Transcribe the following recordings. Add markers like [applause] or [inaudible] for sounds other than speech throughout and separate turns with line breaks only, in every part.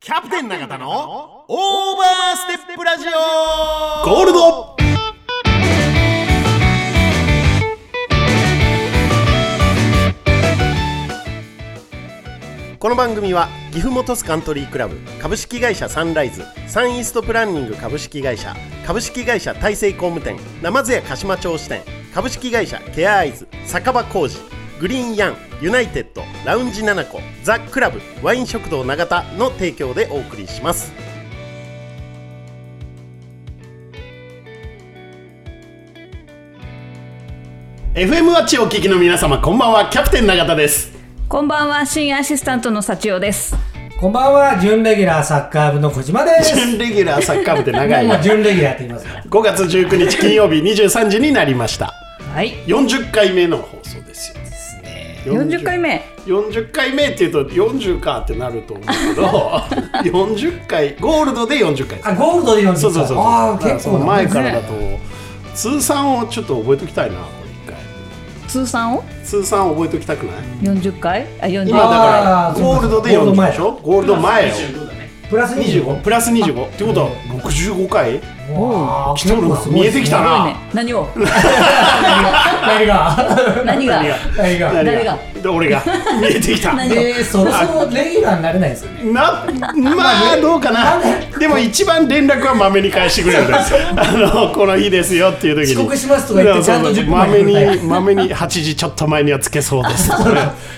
キャプテン永田のオーバーステップラジオ
ゴールド
この番組は岐阜本スカントリークラブ株式会社サンライズサンイーストプランニング株式会社株式会社大成工務店ナマズ屋鹿島町支店株式会社ケアアイズ酒場工事グリーンヤンユナイテッドラウンジ7個ザ・クラブワイン食堂永田の提供でお送りします
！FM ワッチをお聞きの皆様、こんばんは、キャプテン永田です。
こんばんは、新アシスタントの幸代です。
こんばんは、準レギュラーサッカー部の小島です。
準レギュラーサッカー部って長い
もう
な。
準レギュラーって言いますよ。
5月19日金曜日23時になりました。
はい。
40回目の放送ですよ。
40回目。
40回目っていうと40かってなると思う
[laughs]
けど40回ゴールドで40回です
あ、ゴールドで40
そうそうそうそう
あ
だ
あ、
から
結
その
構
前
前
からだと通算をちょっと覚えておきたいなこれ一回
通算を
通算覚えておきたくない
40回あ、40
今だから
あー
ゴールドで
ゴールド
40
前
でしょゴールド前を
プラス25。
25プラス25ってことは65回
おお、
来とるな
結構すご
見
い
え
です
て
ね
きた
すごいね
な。[laughs]
何を
何 [laughs] が
何が
何が
誰が
で俺が見えてきた
何
えー、そろそろレギュラーになれないですよね。
なまあどうかなでも一番連絡はまめに返してくれるんですあのこの日ですよっていう時に
遅刻しますとか言ってちゃんと10分
ま
前
め
に来るタイ
に
プ
まめに8時ちょっと前にはつけそうです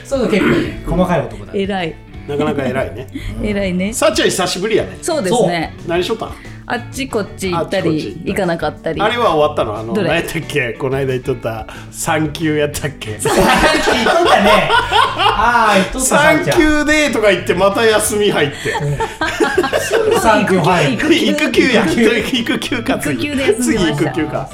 そういうの結構細かい男だ。
偉い。
なかなか偉いね
偉いね。
さあちゃん久しぶりやね
そうですね。
何しとったん
あっちこっち行った
あっちこっち行っ
り、
たり
行かなかったり。
あれは終わったのあの
どれ
何やったっけこの間言っとった産休やったっけ
聞いとったね。ああ、言っとったさん
産
ちゃん。
休でとか言ってまた休み入って
サンキューはい。
育休
[laughs] 育休や
育休
育休か次
育休で休ん
次
でました
育休か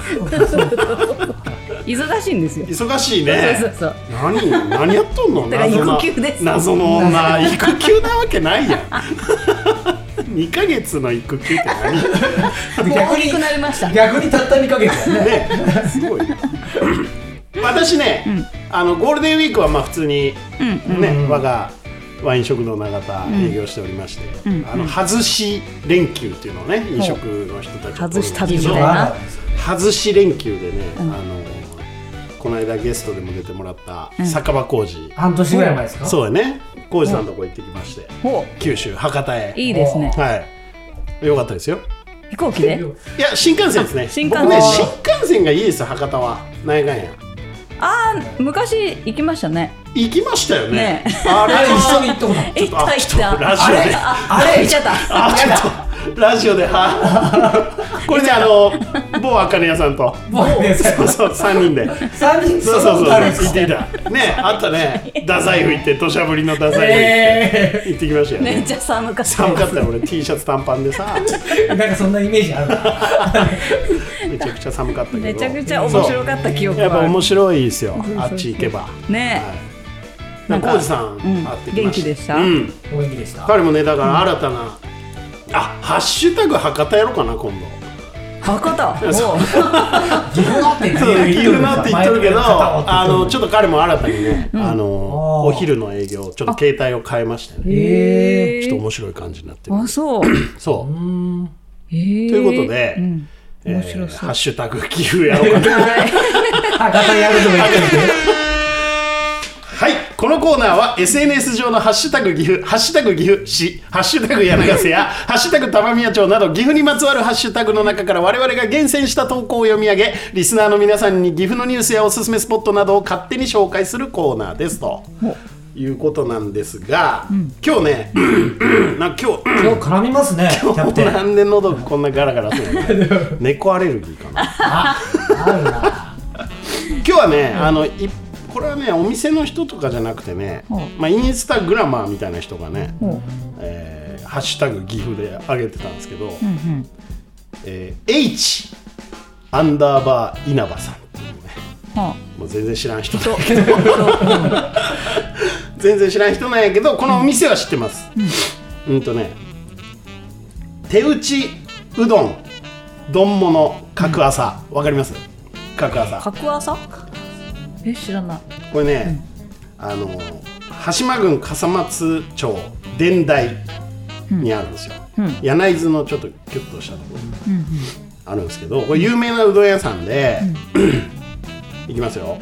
忙しいんですよ。
忙しい
そう
ね
そうそう。
何何やっとんの
だから
謎な
育休です
謎の女育休なわけないやん [laughs] 2ヶ月の育休って何
逆
もう大きくなりました。
逆にたった2ヶ月だね。
ねすごいね私ね、あのゴールデンウィークはまあ普通に、ね我がワイン食堂永田営業しておりまして、あの外し連休っていうのをね飲食の人たち
外し旅
み
み
た
たい
い
な。
外し連休でね、あのこの間ゲストでも出てもらった酒場浩二、
半年ぐらい前ですか
そうやね浩二さんのとこ行ってきまして、
ほ
九州博多へ
う。いいですね。
はいよかったですよ
飛行機で。
いや新幹線ですね
新幹線
僕ね新幹線がいいです博多は何やかんや
ああ、昔行きましたね。
行きましたよね
ね
あれ
あれ一緒
は
に行ったことある
行った
あちょっと
行った。
ラジオで
あれあれ見ちゃった。
あちょっとラジオではこれねあの某あかね屋さんと
もうね、そ
そうそう3人で
三人
そうそうそう
あるんで
行
す
っ
か
ていたねあったね太宰府行って土砂降りの太宰府行っ
え
て行ってきましたよ
[laughs] めっ
ね
ちゃ寒かった。
寒かったよ俺 T シャツ短パンでさ
ー、なんかそんなイメージあるな。
めちゃくちゃ寒かったけど
めちゃくちゃ面白かった記
そう
憶
やっ
が
ぱ
ある
面白いですよあっち行けば
ね
はい。な
なんん
か
か
浩二さん、
う
会
ん
ってきました
元気でした
うん、
お元気でした。
彼もねだから新たな、あハッシュタグ博多やろうかな今度
博多
そう
おう
岐阜なって
そう岐阜なって言ってるけどあのち
ょっ
ょっと彼も新たにね、あの
あー
お昼の営業ちょっと携帯を変えましてね
え
え
ちょっと面白い感じになってる
あ
[coughs]
そう
そう、
ー。うーん。
と
と
い
いうことで、
ん
えー
面白そう
ハッシュタグ岐阜やろうかな
博多やるとか言ってるけど。
はい、このコーナーは SNS 上のハッシュタグ岐阜、ハッシュタグ岐阜市、ハッシュタグ柳瀬や、ハッシュタグ玉宮町など岐阜にまつわるハッシュタグの中から我々が厳選した投稿を読み上げ、リスナーの皆さんに岐阜のニュースやおすすめスポットなどを勝手に紹介するコーナーですと。いうことなんですが、今日ね、 [clears throat] なんか今日、
今日絡みますね、キャプテン。あ
[laughs] なんで喉がこんなガラガラするの
[laughs]
猫アレルギーかな
るな。
今日はね、あのいこれはねお店の人とかじゃなくてね、
ん
まあ、インスタグラマーみたいな人がね「
うん
えーハッシュタグ岐阜」で上げてたんですけど、
うん
えー H アンダーバー稲葉さんっていうね
は
もう全然知らん人
と
[laughs] 全然知らん人なんやけどこのお店は知ってますうん、とね手打ちうどん丼物角朝わかります角朝
角朝え知らない
これね、あの鹿島郡笠松町伝代にあるんですよ、
うん
柳津のちょっとキュッとしたところ
うんうん
あるんですけどこれ有名なうどん屋さんで、 [clears throat] いきますよ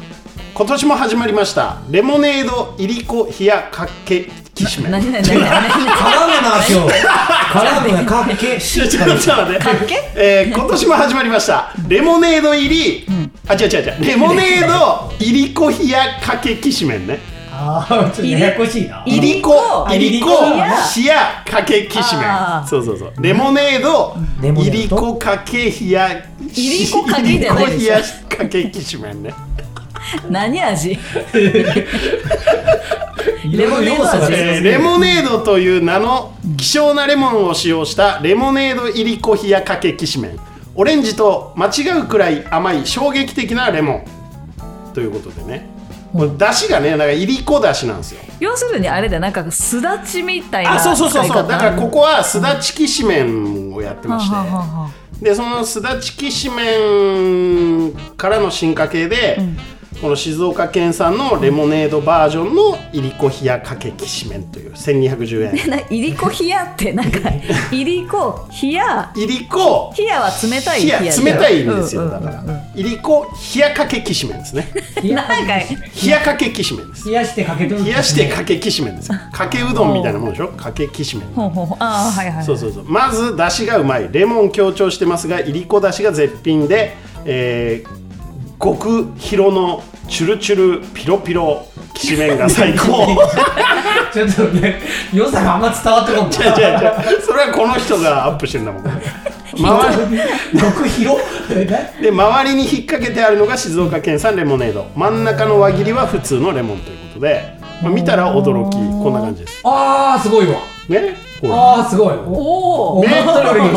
今年も始まりましたレモネードいりこ冷やかけきしめん
何何何何
絡むな今日絡むなかっけし
ちょっと待ってえー今年も始まりましたレモネード入り、あ違う違う違うレモネードいりこ冷やかけきしめんね
ああちょっとややこしいない
い
り
り
こ
こ
いりこ
いりこ
冷やかけきしめ
あ
ん
ー
そうそうそうレモネード
レモネ
い
ード
りこかけ冷やい
りこかけじゃないでしょ
りこ冷やかけきしめんね
何味
いろいろ要素が
えー
ね
レモネードという名の希少なレモンを使用したレモネード入りコ冷やかけきしめんオレンジと間違うくらい甘い衝撃的なレモンということでねこれだしがねなんかいりこだしなんですよ
要するにあれでなんかすだちみたいな
あそうそうそう
使い
そう
方
だからここはすだちきしめんをやってまして
はあはあはあ
でそのすだちきしめんからの進化系で、この静岡県産のレモネードバージョンのいりこ冷やかけきしめんという1210円
ないりこ冷やっ
[laughs]
てなんかいりこ冷や
いりこ
冷やは冷たい
冷や
で
冷たいんですよだか
うんうんうん
らいりこ冷やかけきしめんですね
なんか
冷やかけきしめんです
冷やしてかけとる
冷やしてかけきしめんですよかけうどんみたいなもんでしょかけきしめん
ほうほうほうああはいはい
そうそうそうまず出汁がうまいレモン強調してますがいりこ出汁が絶品で、えー、極広のチュルチュルピロピロきしめんが最
[laughs]
高
[laughs] ちょっとね良さがあんま伝わってこ
いやい
[laughs]
やい
ない
やそれはこの人がアップしてんだ
[laughs]
もん周り
極広え
で周りに引っ掛けてあるのが静岡県産レモネード真ん中の輪切りは普通のレモンということで、まあ、見たら驚きこんな感じです
ああすごいわ
ねほら
ああすごいお
おお
ね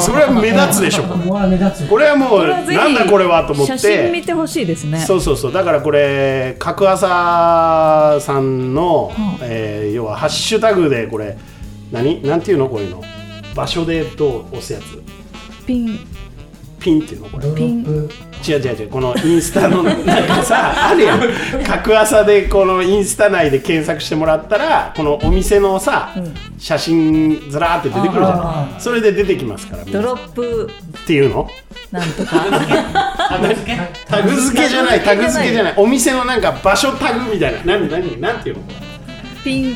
それは目立つでしょこれ
これは目立つ
これはもう
これはぜひ
なんだこれはと思って
写真見てほしいですね
そうそうそうだからこれ角朝さんの、えー要はハッシュタグでこれ何なんていうのこういうの場所でどう押すやつ
ピン
ピンっていうのこれ
ドロップ
違う違う違うこのインスタのなんかさあるやん角朝でこのインスタ内で検索してもらったらこのお店のさ、写真ずらーって出てくるじゃんそれで出てきますから
ド
っ
ロップ
ていうの
なんとか
[laughs] タグ付けじゃないタ
タグ
グ
付
付
け
け
じ
じ
ゃ
ゃないお店のなんか場所タグみたいな何何なんていうのこれ
ピン
違う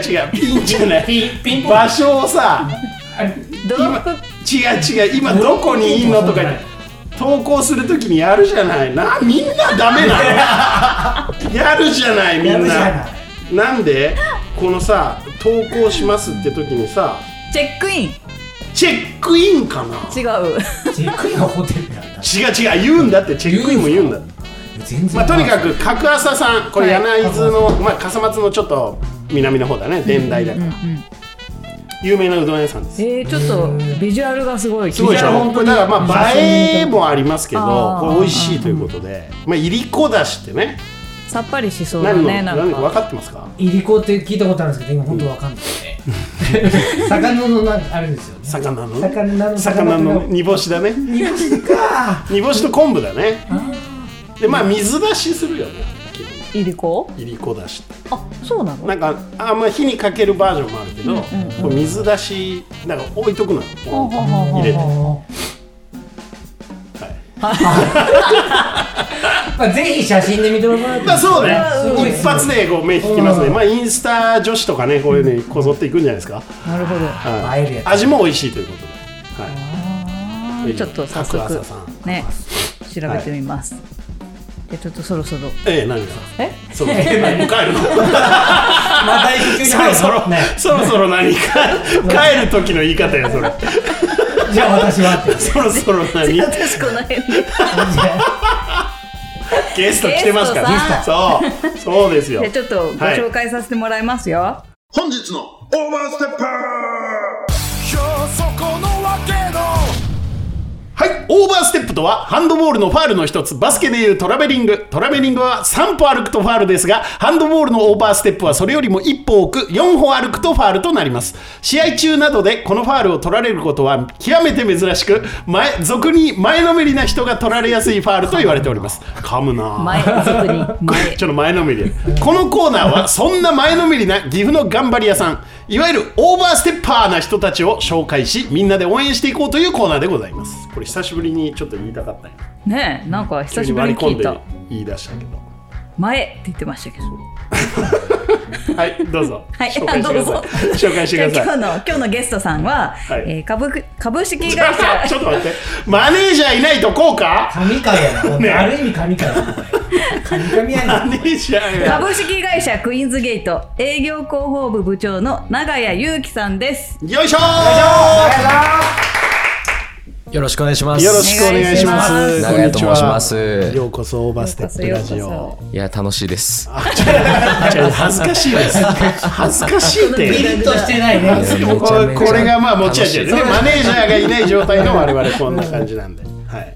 違うピンじゃない
ピンピンポン
場所をさ
あれ
ドロップ
違う違う今どこにいんのとか投稿するときにやるじゃないなみんなダメな
[laughs]
のやるじゃないみ
や
ん
るじゃ
ななんでこのさ投稿しますって時にさ
チェックイン
チェックインかな
違う
ないチェックインがホテルなんだ
違う違う言うんだってチェックインも言うんだって
全然
まあ、とにか
く
く角浅さんこれ
はい
柳津の、まあ、笠松のちょっと南の方だね伝来だから、有名なうどん屋さんです
[laughs] えー、ちょっとビジュアルがすごい
すごいでし
いや
ょ
本
こ
当
れ
に
だからまあ映えもありますけど
あー
これ美味しいということで、まあ、いりこだしってね
さっぱりしそうだ
何の
ねな
何
ん
か
か
分かってますか
いりこって聞いたことあるんですけど今本当わかんないですね魚のなんかあれですよね
魚の
魚の
魚の煮干しだね
煮干しか
煮干しと昆布だねでまあ水出しするよね基本
いりこ
いりこだしって
あそうなの
なんかあんまあ火にかけるバージョンもあるけど、こう水出しなんか置いとくのよ
ほうほうほうほう
入れて
ま
[laughs] はい
あぜひ写真で見てもらえ
まあそうね
すごい、
一発でこう目引きますね、
うん
まあ、インスタ女子とかね、こういうのにこぞっていくんじゃないですか、
なるほど
は
映えるや
い、
つ
味も美味しいということで、は
あ
い、
ーちょっと早
角浅
速
さん、
ね調べてみます、でちょっとそろそろ
ええ、何が、
え [laughs]
そろそろ何か帰るの
また一
そろそろ、
ね
そろそろ何か、帰る時の言い方や、それ、
じゃあ私はって
そろそろ何、
私この辺で
ゲスト来てますから、
ゲス
そう、そうですよ
で。ちょっとご紹介させてもらいますよ、
本日のオーバーステッパ
はい、オーバーステップとはハンドボールのファールの一つバスケでいうトラベリングトラベリングは3歩歩くとファールですがハンドボールのオーバーステップはそれよりも1歩置く4歩歩くとファールとなります試合中などでこのファールを取られることは極めて珍しく前俗に前のめりな人が取られやすいファールと言われております噛むなぁ
前作り
これ [laughs]
前
ちょっと前のめりやこのコーナーはそんな前のめりな岐阜の頑張り屋さんいわゆるオーバーステッパーな人たちを紹介しみんなで応援していこうというコーナーでございますこれ久しぶりにちょっと言いたかったんよ
ねえなんか久しぶりに
急割
聞い
り込
た
んで言い出したけど
前って言ってましたけど
はいどう
[laughs]
ぞ、
はい
紹介してくだ
どうぞ
さい紹介し
じゃあ
てく
今
だ
日
さい
の今日のゲストさんは、
はい
えー株株式会
ち [laughs]
社
ょっと待ってマネージャーいないとこうか
神回やな、
ね
ある意味神回やなこれ神神や
マ
な
ネージャーが
株式会社クイーンズゲート営業広報部部長の長谷裕樹さんです
よいしょー
よろしくお願いします。
よろしくお願いします
お願いします
長谷と申します
ようこそオーバーステップラジ
よう
オ
こ
いや、楽しいです。
ちょ恥ずかしいです恥ずかしいっ
ピ [laughs]
て
リッとしてない
[laughs]
ね
いや
こ
めちゃめちゃ
これがまあ持ち味ですね
楽し
マネージャーがいない状態の我々こんな感じなんではい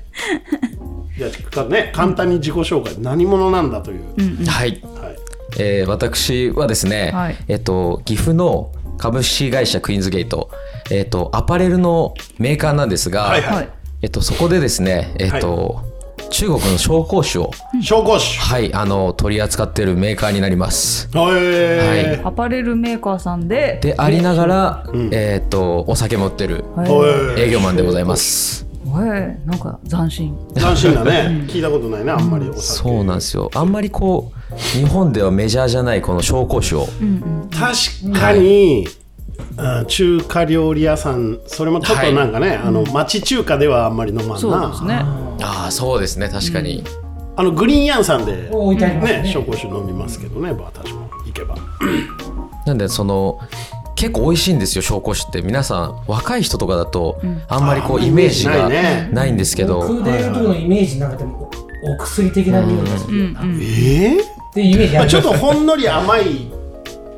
じゃあね簡単に自己紹介何者なんだという、
いですはい。
はい
えー私はですね、
はい
えっと、岐阜の株式会社クイーンズゲート、えっと、アパレルのメーカーなんですが、
はいはい
えっと、そこでですね、えっと、中国の商工酒を、
紹興酒
はい、あの、取り扱っているメーカーになります。
へ
アパレルメーカーさんで
で、ありながら、えっと、お酒も売ってる
ー
はい
へ
営業マンでございます。
えーなんか斬新
ー斬新だね聞いたことないねあんまりお酒
そうなんですよあんまりこう日本ではメジャーじゃないこの紹興酒を
確かに、あ中華料理屋さんそれもちょっとなんかね、あの町中華ではあんまり飲まんな
そうですね
ああそうですね確かに、
あのグリーンヤンさんで
置いてありますね
ね紹興酒飲みますけどねバー私も行けば
なんでその結構美味しいんですよ紹興酒って皆さん若い人とかだとあんまりこ
あ
う
ー
イメージ
イ
が
メージないね
ないんですけど、
空でいうとこのイメージなんかでもお薬的な匂いがするようなっ
ええ
ていうイメージあ
まあ
る
ちょっとほんのり甘い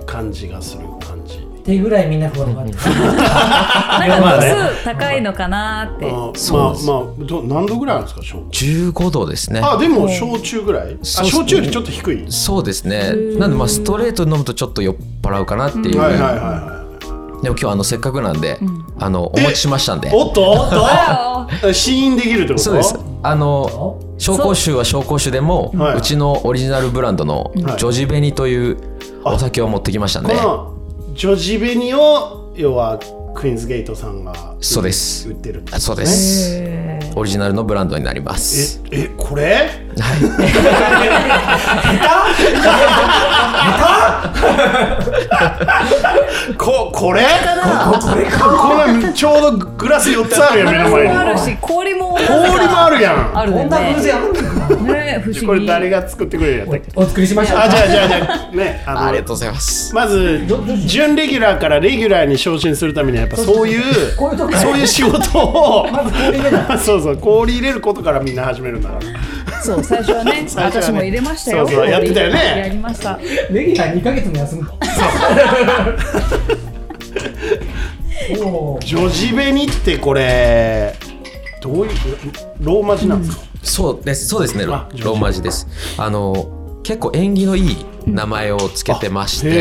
感じがする感じ
ってぐらいみんな不安があって
なんか度数高いのかなーって、
あ
そうです
まあまあど何度ぐらいあるんですか焼酎
15度ですね
あでも焼酎ぐらいあ
そうそう
焼酎よりちょっと低い
そうですねなんでまあストレートに飲むとちょっと酔っ払うかなっていう、
はいはいはいはい
でも今日あのせっかくなんで、あのお持ちしましたんで
おっとおっ
あ
と試飲できるってこと
そうですあの紹興酒は紹興酒でも、
はいう
ちのオリジナルブランドのジョジベニというお酒を持ってきましたん
こ
で、
のジョジベニを要はクイーンズゲートさんが
そうです
売ってるってこと
そうで
ね
す、オリジナルのブランドになります
ええこれ
はい
ここれこここれこれちょうどグラス4つあるやん目の前に
ーあるし氷も
氷もあるやん
あるよ
こんな偶
ね
然あるんだ
ね不思議
これ誰が作ってくれるやつだっけ
お作りしましょう
あじゃあじゃあじゃあねあの
ありがとうございます
まず準レギュラーからレギュラーに昇進するためにはやっぱそういう
こういうとこ
そういう仕事を
まず氷入れな
そうそう氷入れることからみんな始めるんだから
そう最初はね
[laughs] 最初はね
私も入れましたよ
そうそうやってたよね
やりました
レギュラー2ヶ月も休むのおお
ジョジベニってこれどういうローマ字なんですか、
そうですそうですねロ
あ
ローマ字ですあの結構縁起のいい名前をつけてまして、
へ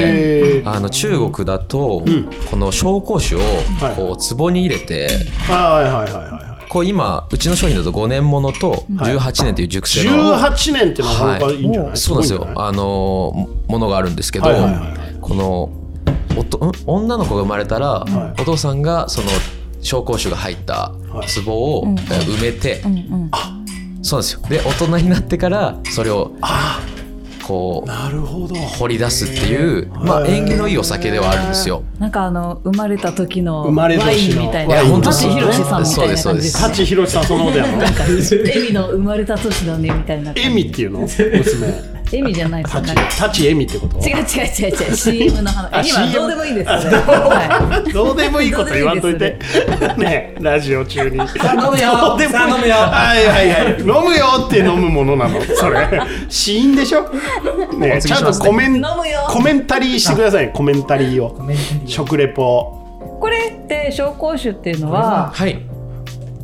え
あの中国だと、この紹興酒を
はい
こう壺に入れて、
あはいはいはいはいはい
こう今うちの商品だと5年ものと18年という熟成の、
18年ってのはなかなかいいんじゃない、
そうなんですよ
ごいじゃない
あのーものがあるんですけど、
はいはいはい
このおとん女の子が生まれたら、
い
お父さんがその紹興酒が入った
はい
壺を、えー埋めて、そうなんですよで大人になってからそれをこう
なるほど
掘り出すっていう、まあ、
へー
縁起のいいお酒ではあるんですよ。
なんかあの生まれた時の
生ま
ワ
れ
イ
年
ン
の
みたい
い
な
や本当
舘ひろしさんみたいな
そう
感
で
じ
す
です
舘ひろしさんそのことやもん
エミの生まれた年だねみたいな
エミっていうの娘
エミじゃないですよ
舘
なんか
舘エミってこと
違う違う違う違う CM の話
あ
今
CM
どうでもいいですよねは
どうでもいいこと言わんといてねえラジオ中に
あ飲むよ
どうでもいい
さあ飲むよ
はいはいはい飲むよって飲むものなのそれ死因でしょねえちゃんとコメン
飲むよ
コメンタリーしてくださいコメンタリー
コ
を
メンタリー
食レポ
いこれって紹興酒っていうのは
はい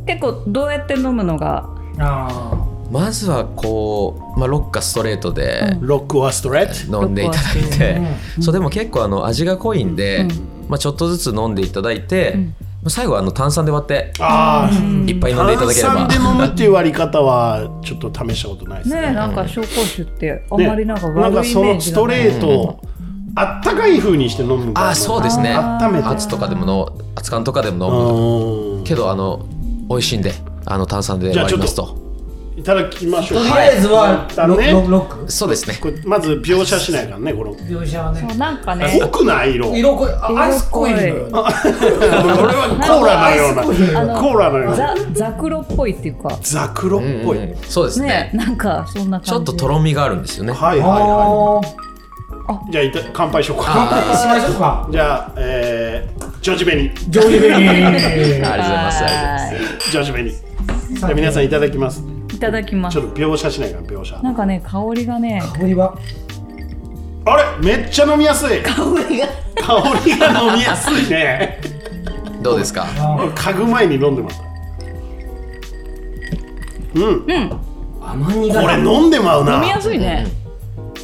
結構どうやって飲むのが
あ
まずはこう、まあ、ロッカストレートで、
ロックはストレッ
飲んでいただいて、そうでも結構あの味が濃いんで、まあ、ちょっとずつ飲んでいただいて、まあ最後はあの炭酸で割って
ああ
いっぱい飲んでいた
炭
だければ、
酸で飲むっていう割り方はちょっと試したことないです
ね
ね
なんか紹興酒ってあん
ね
まりなんか
なんか
悪いイ
そ
メー
の
ジ
ス
が
ト
ない
レートあったかい風にして飲むから
あそうですね
温めて
熱とかでもの熱燗とかでも飲む
うん
けどあの美味しいんであの炭酸で
じゃあ
割りますと
いただきましょう
とりあえず
は
は
い
ロ
だね
ロロック
そうですね
これまず描写しないからねこの
描写はね
そうなんかね
濃くない色
色濃いあアイス濃いのよ
これはコーラのような
アイスコーヒー
の
コーラのような
ザザクロっぽいっていうか
ザクロっ
うん
ぽい、
うんそうです
ね
ね
なんかそんな感じ
ちょっととろみがあるんですよね
はいはいは
あ
いじゃあいた乾杯しようか
あしましょう
[laughs]
か
じゃあえー、ジョージベニー
ジョージベニ
あり
ー
がとうございますありがとうございます
は
ジョージベニーじゃあ皆さんいただきます
いいただきま
ち
す
ょっと描写しないから描写
なんかね香りがね
香りは
あれめっちゃ飲みやすい
香りが
香りが飲みやすいね
どうですか
嗅ぐ前に飲んでましたうん
甘苦い
これ飲んでまうな
飲みやすいね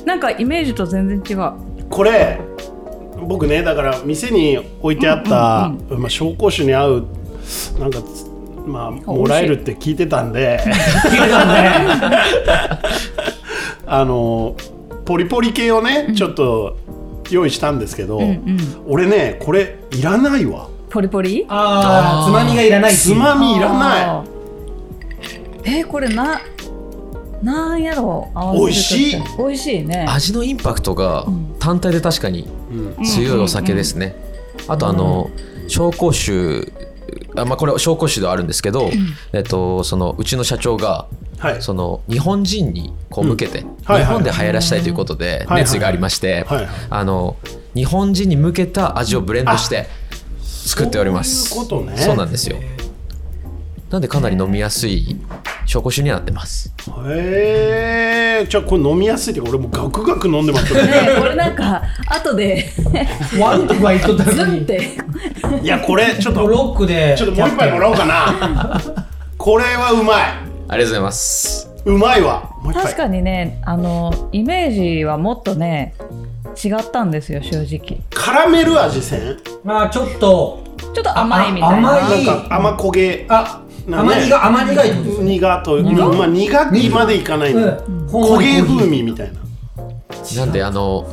なんかイメージと全然違う
これ僕ねだから店に置いてあった、まあ、紹興酒に合うなんかつまあもらえるって聞いてたんであのポリポリ系をね、ちょっと用意したんですけど、俺ねこれいらないわ
ポリポリ
ああつまみがいらないってい
つ
う
まみいらない
えーこれななんやろ合わせるとして
美味
美味しいね
味のインパクトが単体で確かに強いお酒ですね、あとあの紹興酒あまあこれは紹興酒ではあるんですけど、えっとそのうちの社長が
い、はい
その日本人にこう向けて、
はい
日本で流行らしたいということで
はい
熱意がありまして、
はいはい
あの日本人に向けた味をブレンドして作っております
そういうことね
そうなんですよなんでかなり飲みやすい紹興酒にはなってます
へえじゃあこれ飲みやすいって俺もうガクガク飲んでます
ねえこれなんか後で
[laughs]
ワンとか言っとった
ず
の
っ
に
て
いやこれちょっと
ロックで
ちょっともう一杯もらおうかなこれはうまい
ありがとうございます
うまいわもう一杯
確かにねあのイメージはもっとね違ったんですよ正直
カラメル味せん
まあちょっと
ちょっと甘いみたい
あ
な
甘い
なんか甘焦げ
あ
なんか
甘
ね
苦甘苦いってことですね
苦とうんまあ苦きまでいかないの
うん
焦げ風味みたいな
なんであの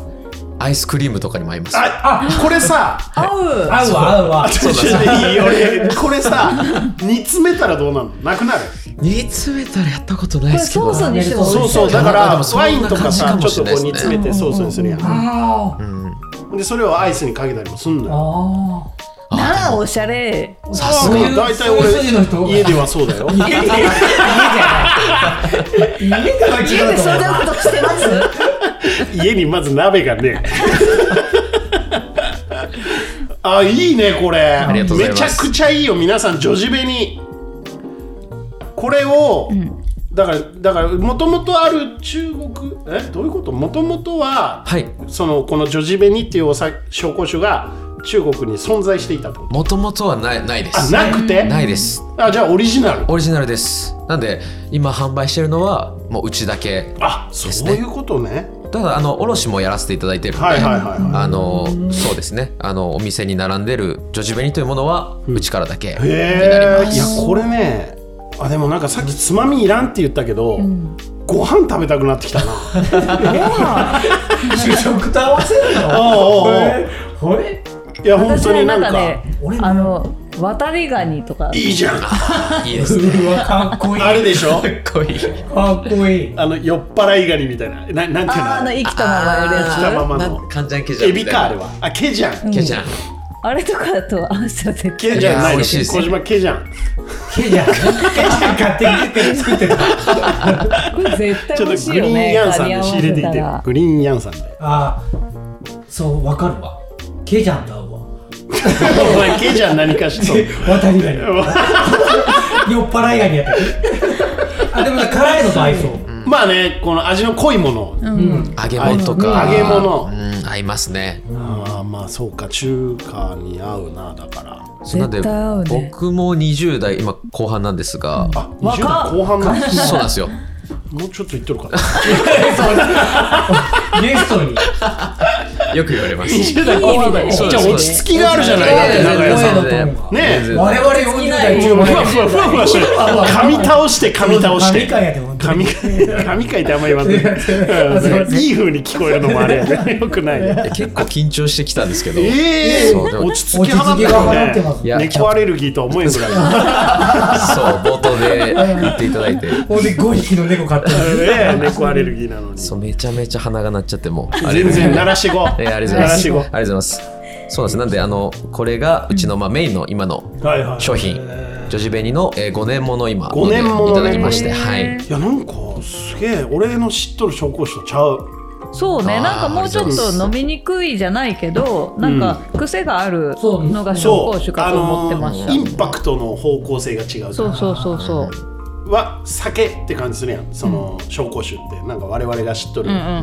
アイスクリームとかにも合います
あこれさ
合う
合うわ合うわ
ちょっといい俺これさ煮詰めたらどうなのなくなる
煮詰めたらやったことな
こ
いで
れ
すけ
ソ
ど
ースにしても美味しい
そうそうだか
あで
ら
もそんな
ワインとかさ
感じか
ちょ
も
っとこ
しれないう
煮
ですね
詰めてソースにするやん
あー
でそれをアイスにかけたりもすんのよ
あ
なあおしゃれ
さすが
そういう
大体
そういう筋の人
俺家ではそうだよ
ー家から違
家
う
で
と
そんなことしてます
家にまず鍋が
[laughs]
ねあいいねこれ
りがとうござ
め
いま
ち
す
ゃくちゃいいよ皆さんジョジベにこれを、だからだからもともとある中国えどういうこともともとは、
はい
そのこのジョジベニっていうお酒紹興酒が中国に存在していたってこと
もともとはないないで
あ
す
なくて
ないです
あじゃあオリジナル
オリジナルですなんで今販売してるのはもううちだけ
あ
す
そう
ね
いうことね
ただあの卸もやらせていただいてるので、
はいはいはいは
あのそうですねあのお店に並んでるジョジベニというものはうちからだけになり
へ
ま
えいや
す、
これねあでもなんかさっきつまみいらんって言ったけど、ご飯食べたくなってきたな
主食と合わせるの
おうおうおう
これ
いや本
私
当
ね
にな
な
ん
んか
か
ね
俺
あの渡りガニとか
いいじゃん
いいですね
うわかっこいい
あれでしょ
かっこいい
かっこいい
あの酔っ払いガニみたいなななんていうの
あー
あ
あの
れ
生きたままやるやつ
ー
あ
たままの
なんカンジャンケジャン
エ
み
ビ
たい
か
な
あれはあケジャン
ケジャン
れとかと合わせて
ケジャンない
いやー美
の
味し
小
いですね
島ケジャン
ケジャンねケジャン買ってきて作ってた
これ絶対
ちょっ
美
と
味し
グ
い
リー
よ
ン
ね
ヤンさんで
ガニ合わ
仕
せ
入れてき
た
て
ら
グリーンヤンさんで [laughs]
あーそうわかるわケジャンと合うわ
お前ケジャン何かしそう
で
[laughs]
渡りガニ酔っ払いガニやったあでもね辛いのと合いそう
まあねこの味の濃いもの、
揚げ物とか
揚げ物
うん合いますね
ああまあそうか中華に合うなだから
そうなんで
絶対合うね
僕も20代今後半なんですが
あ20代後半だ
そうなんですよ
もうちょっといっとるかな
ゲストに
よく言われます。
20代後半だよ
いい意味で
じゃあ落ち着きがあるじゃないだって長屋さんねえ
我々40代中
ふ
盤
わふわふわふわしてる噛み倒して噛み倒して
神回やで本当
神
に
回神回ってあんま言わない
やすいません
いい風に聞こえるのもあれや [laughs] ねよくないね
結構緊張してきたんですけど。
ええ
そうでも
落ち着き放って
落ち着き放ってます
る
い
ね
や
猫アレルギーとは思えんぐらい
そう、冒頭で言っていただいて。
ほんで5匹の猫飼ってる
ねえ猫アレルギーなのに
そう、めちゃめちゃ鼻が鳴っちゃって、もう。あれ
全然鳴らしてこ
えーありがとうございます。ありがとうございます。そうなんです。なんで、あの、これがうちの、まあ、メインの今の
はいはい
商品、ジョジベニの、えー、5年もの今、
五年ものね
いただきまして、はい。
いやなんかすげえ俺の知っとる紹興酒とちゃう
そうね
あー
なんかもうちょっと飲みにくいじゃないけどなんか癖があるのが紹興酒かと思ってました
インパクトの方向性が違う
そうそうそうそう
は酒って感じするやんその紹興酒ってなんか我々が知っとる、な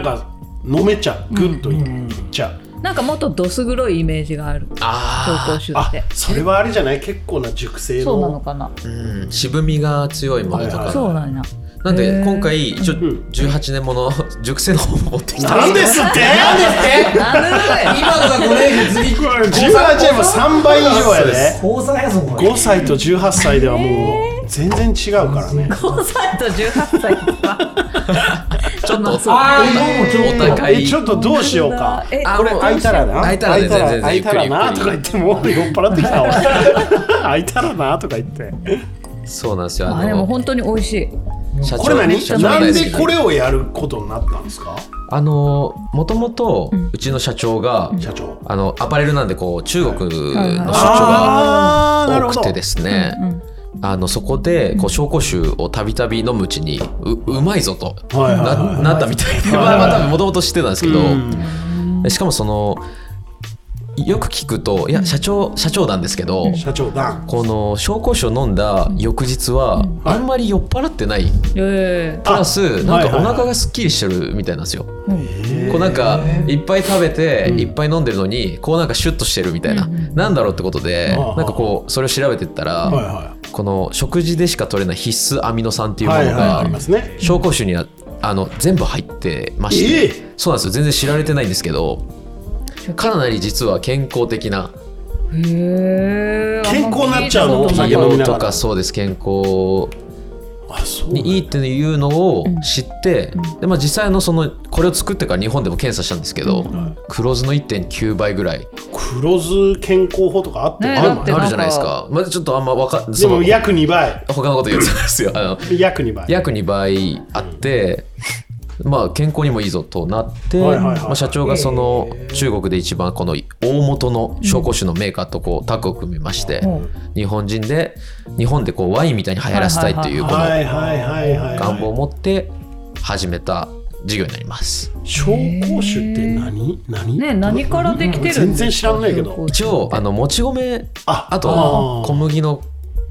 んか飲めちゃうグッといっちゃう、
なんかもっとどす黒いイメージがある
あ
紹興酒
あ
って
それはあれじゃない結構な熟成の
そうなのかな
あ、うん、渋みが強いものと
はいは
か。
い
そうなんや
なん
へ
で、
ー
今回、一応、
ん
18年もの、熟成の方も持ってきた。
なんですって
なるほ
今のが5年次
これ18円も3倍以上やで
高3やぞこれ
5歳と18歳ではもう全然違うからね
ど5歳と18歳とか
ちょっと、
ああどうもちょっ
お
と
互
え
い
ちょっとどうしようか
え
あ
これ
もう
開いたらな
開いたらね全然
開いたら
ゆっくり
なとか言ってもう酔っ払ってきたわ開いたらなとか言って
そうなんですよ。
あでも本当に美味しい
社長
これ
社
何
長
な
大好
ん
き
でこれをやることになったんですか
あのもともとうちの社長が、
社長
あのアパレルなんでこう中国の出張が
あーなる
多
ほど
くてですねあのそこでこう紹興酒をたびたび飲むうちにううまいぞと
はいはいはい
ななったみたいで、まあまあ多分もともと知ってたんですけど、しかもそのよく聞くといや社長社長なんですけど、
社長だ
この紹興酒を飲んだ翌日はあんまり酔っ払ってない
え
プラスなん
はい
かお
はい
腹がすっきりしてるみたいなんですよ。こうなんかいっぱい食べていっぱい飲んでるのにこうなんかシュッとしてるみたいななんだろうってことで
ああ
なんかこうそれを調べてった
はい
ら
は
この食事でしか取れない必須アミノ酸って
い
いうも
はい
の
はいあ
が
りますね
紹興酒にはあの全部入ってまし
え
てそうなんですよ全然知られてないんですけどかなり実は健康的な
へえ
健康になっちゃうのお
美
酒飲みな
容
がら
とかそうです健康
あそうなんだ
にいいっていうのを知って、でまあ、実際のそのこれを作ってから日本でも検査したんですけど、黒酢の1.9倍ぐらい
黒酢健康法とかあって
ねえ
あ
あ
る
るの
だって
あ
んか
るじゃないですか、まあ、ちょっとあんまわか
で
その
も約2倍
他のこと言ってたんですよあの
約2倍
約2倍あって、まあ、健康にもいいぞとなって、
はいはいはい
まあ、社長がその中国で一番この大元の紹興酒のメーカーとこうタッグを組みまして、
うん
日本人で日本でこうワインみたいに流行らせたいというこの
はいはいはいはい
願望
は
を持って始めた事業になります。
い紹興酒って何何
ね何からできてるんですか
全然知らんないけど
一応あのもち米
あ
あ
あ
と
ー
小麦の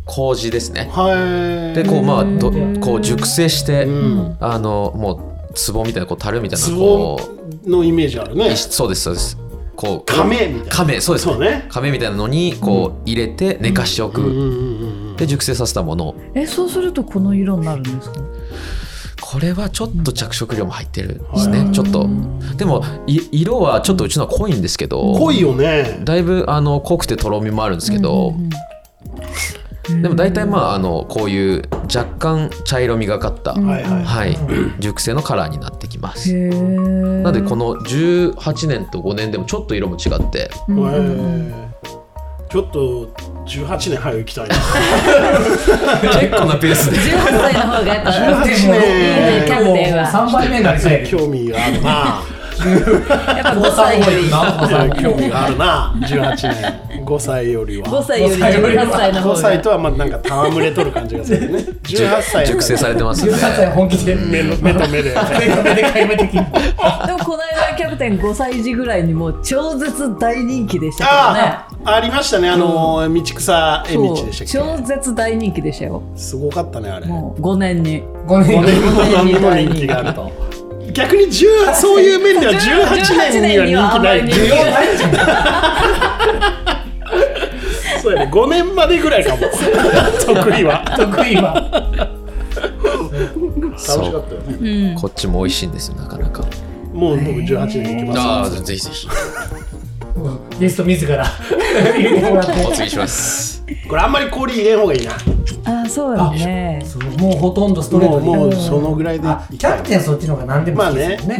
麹ですね
はい
でこうまあどこう熟成して、
ん
あのもう壺みたいなこう樽みたいな
壺
こ
のイメージある
う
ね
いそうですそうですこう
亀みたいな
亀そうです
そうね
亀みたいなのにこう入れて寝かしておく、
うんうんうんうん
で熟成させたものを
えそうするとこの色になるんですか
これはちょっと着色料も入ってるんですね、ちょっとでもい色はちょっとうちのは濃いんですけど
濃いよね
だいぶあの濃くてとろみもあるんですけど、でも大体まああのこういう若干茶色みがかった、
はいはい
はい、熟成のカラーになってきま
へ
す。
え
なのでこの18年と5年でもちょっと色も違って
えーちょっと18年早く行き [laughs] たいな
結構なペースで
18歳の方がやっぱ
18
ねキャ
年
プテンは
3倍目になりそうやけど
興味があるな [laughs]
やっぱ
高
5
3
歳より
覚えてる
興味があるな18年5歳よりは
5歳より18歳の
5
方
歳
が
とはまあなんか戯れとる感じがするね [laughs] 18歳
熟成されてますんで
18歳本気で
目の目と目で
目と目で会話でき
で
る
もこの間キャプテン5歳児ぐらいにもう超絶大人気でした
あ
け
あありましたねあのー道草絵
ど
道
ね
でしたっ
超絶大人気でしたよ
けすごかったねあれ
もう5年に
5年
5
後
年後にも人気があると逆に10そういう面では18年には人気ない
18年にはあまり人気ない
そうやね5年までぐらいかも得意は
得意は
楽しかったよね
こっちも美味しいんですよなかなか
もう僕18年で行きます
ああぜひぜひ
もうゲスト自ら入れてもらって
お次します
これあんまり氷入れん方がいいな
あそうだね
そうもうほとんどストレ
も
ート
う
で
もうそのぐらいで
あキャプテンそっちの方が何でも好きですよね,、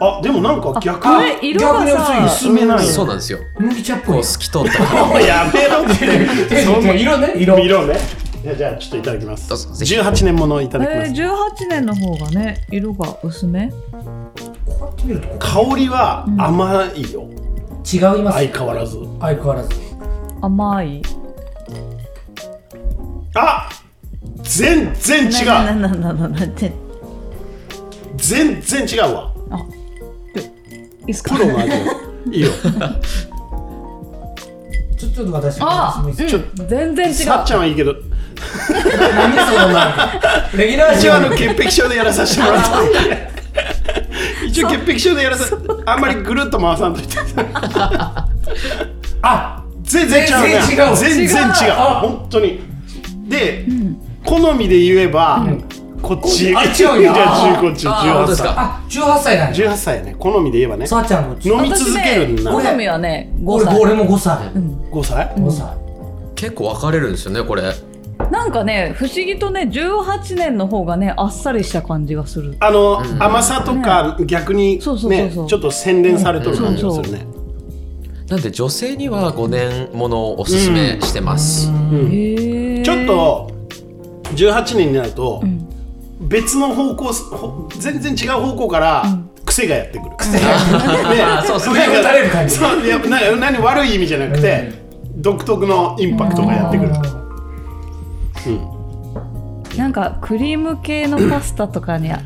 あでもなんか逆
これ色
逆
が
に薄い
さ
薄めなんや
そうなんですよ
麦茶っぽい
こう
よ
透き通った
もうやめろってそんな
色ね色
色ねいやじゃあちょっといただきます
どうぞぜひ
18年ものいただきま
えー、
す
18年の方がね色が薄め
こうやって見ると
香りは甘いよ
違います
相変わらず
相変わらず
甘い
あ全然違
な
う
なななななってい
全然違うわ
いですか
プロの味がいいよ
ちょちょっと私
あ、うん、
私もいいです
全然違う
さっちゃんはいいけど
何そのなんかレギュラー
一
シ
応
ー
あ
の
の潔癖症でやらさせてもらった一応潔癖症でやらさあんまりぐるっと回さんといて
あ
全然違う
全然違う
全然違う
違う
本当にで、好みで言えば、こっち
あ違う
[laughs]
よ
じゃあこっち
あー
18
本当です
歳
か
あ18歳なんや
18歳やね好みで言えばね
さあちゃんのち
飲み
私
続
ね
けるんだ
好みはね5
俺
歳
俺も5歳、
5歳、
5歳
結構分かれるんですよねこれ
なんかね不思議とね18年の方がねあっさりした感じがする
あの、甘さとか逆にね
そうそうそうそう
ちょっと洗練されてる感じがするね、
なんで女性には5年ものをおすすめしてます、
へえ
ちょっと18年になると、別の方向ほ全然違う方向から癖がやってく
[laughs]
る、癖が
そうそう
打たれる感じ
そういやな何悪い意味じゃなくて、独特のインパクトがやってくる、
なんかクリーム系のパスタとかにあ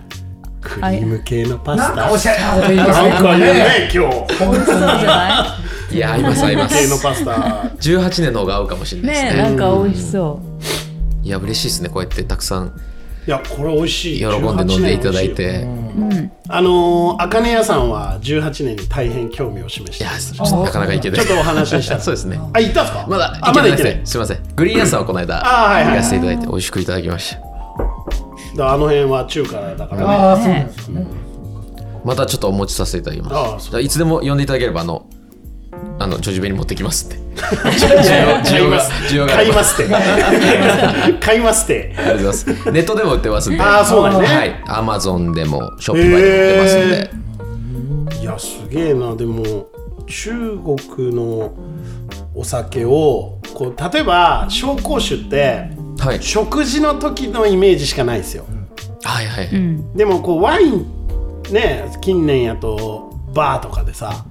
ク
リー
ム系のパ
なんかおしゃれなこと言いますね
なんか言うね今日ク
本当
そうじゃない
いや合います合
リ
い
ー
ま
ム系の
す
パス
[laughs]
タ
18年の方が合うかもしれないです
ね
ね
えなんか美味しそう
いや嬉しいですねこうやってたくさん
いやこれ美味しい
喜んで飲んでいただいて
あのあかね屋さんは18年に大変興味を示し
い
て
や
ます
ちょっとなかなかいけない
ちょっとお話ししたら
[laughs] そうですね
あ行ったんすか
まだ
あ
い
まだ行
けてない
ってない
ですねすいませんグリーン屋さんはこの間
あーはいはい
行かせていただいて美味しくいただきました
だからあの辺は中華だからね
ああそうなんですね
またちょっとお持ちさせていただき
ああ
ま
そう
すいつでも呼んでいただければあのあのジョジベに持ってきます
[laughs]
って
買
[laughs] 需
い
要が
ます
需要があ
買
り
い
ま
ますって [laughs] 買いますって
ありがとうございますネットでも売ってますんで
ああそうなん
は
ね
いアマゾンでもショッピファイでも売ってますん
い
で、
やすげえなでも中国のお酒をこう例えば紹興酒って
はい
食事の時のイメージしかないんですよ
はいはい、
でもこうワインね近年やとバーとかでさ、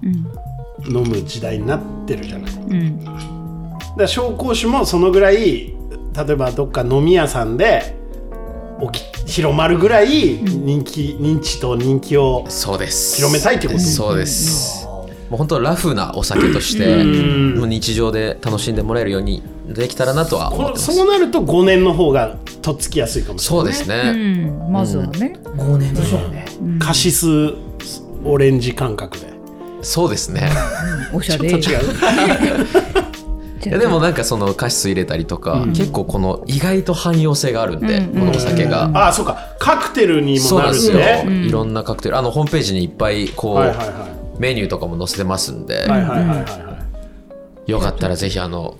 飲む時代になってるじゃない、だから紹興酒もそのぐらい例えばどっか飲み屋さんで起き広まるぐらい人気、認知と人気を
そうです
広めたいってこと
そうですもう本当ラフなお酒としてもう日常で楽しんでもらえるようにできたらなとは思
こ
って
う
ます
そうなると5年の方がとっつきやすいかもしれ
そうです
う
ね、
んまずはね
5年でしょうね
ない、カシスオレンジ感覚で
そうですね
おしゃれ
ちょっと違う
いやでもなんかそのカシス入れたりとか、結構この意外と汎用性があるんで、このお酒が、
ああそうかカクテルにも
そう
な
なん
る
で
し
すよ、
ね
いろんなカクテルあのホームページにいっぱいこう、
はいはいは
メニューとかも載せてますんで、
いはいはいはいはいはい
よかったらぜひあの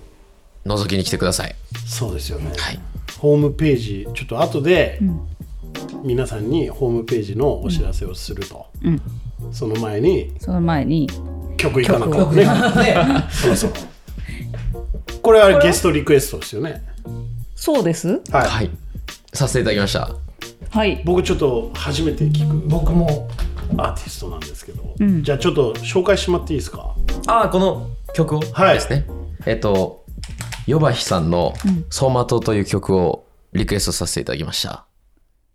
覗きに来てください
そうですよね
はい
ホームページちょっと後で、皆さんにホームページのお知らせをすると、その前に
その前に
曲いかなか
よ
っ
く
た
ね
ねそうそうこれはゲストリクエストですよね
そうです
はい、
はいさせていただきました
はい
僕ちょっと初めて聞く
僕も
アーティストなんですけど、じゃあちょっと紹介してもらっていいですか
ああこの曲を
はい
ですねえっとヨバヒさんの「走馬灯」という曲をリクエストさせていただきました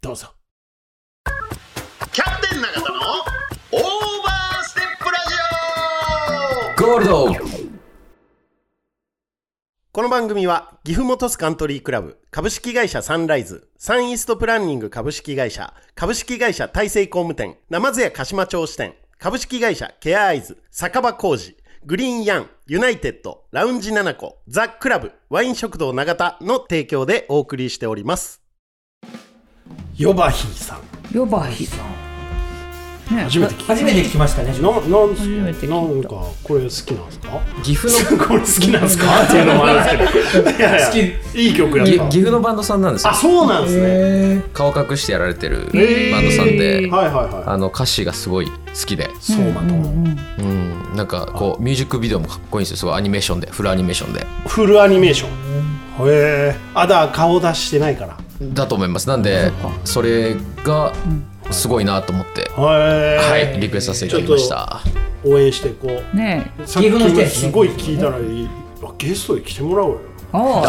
どうぞ
キャプテン永田のオーバーステップラジオ
ゴールド
この番組は岐阜本スカントリークラブ株式会社サンライズサンイーストプランニング株式会社株式会社大成工務店生津屋鹿島町支店株式会社ケアアイズ酒場工事グリーンヤンユナイテッドラウンジ7個ザ・クラブワイン食堂長田の提供でお送りしております
ヨバヒーさん
ヨバヒさんね
初めて聞い
初めて聞きましたね
た [laughs] ななんす
初めて聞いた
なんかこれ好きなんですか
岐阜
[laughs]
の
これ好きなんですかっていうのもあるんですけど [laughs] いやいや
好
いい曲やっ
ぎ
た
岐阜のバンドさんなんですよ
あそうなんですね
え
顔隠してやられてる
へー
バンドさんで、
はいはいは
あの歌詞がすごい好きで、
いそうなんだ
うん、なんかこうミュージックビデオもかっこいいんですよすごいアニメーションでフルアニメーションで
フルアニメーションへえあだから顔出してないから
だと思いますなんでそれがすごいなと思って、
へえ
はいリクエストさせていただきました
応援していこう
ね
さっき
岐阜の人ですね
すごい聞いたらいいあゲストで来てもらおうよ
お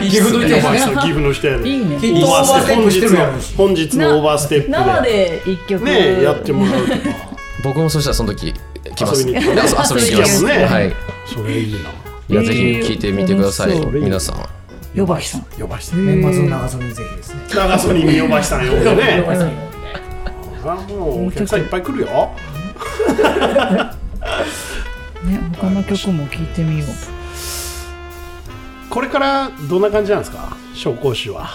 岐阜
の人です
お前
ね
その岐阜の人や
おい
ね
い
ん
ね
きっとオーバーステップしてるやろうし
本日の本日のオーバーステップ
[laughs] 生
で
で一曲
ねえやってもらうとか
僕もそしたらその時来ます
遊びに
[laughs] 遊び
行く
に行きます
遊びに行きます
ね
はい
それいいない
やぜひ聞いてみてください、
えー
皆さん
ヨバキさん
呼ばして
ー年末の長袖にぜひですね
長曽に呼ばしたんよね
長袖に
あもうお客さんいっぱい来るよ
ね他の曲も聞いてみよ
これからどんな感じなんですか紹興酒は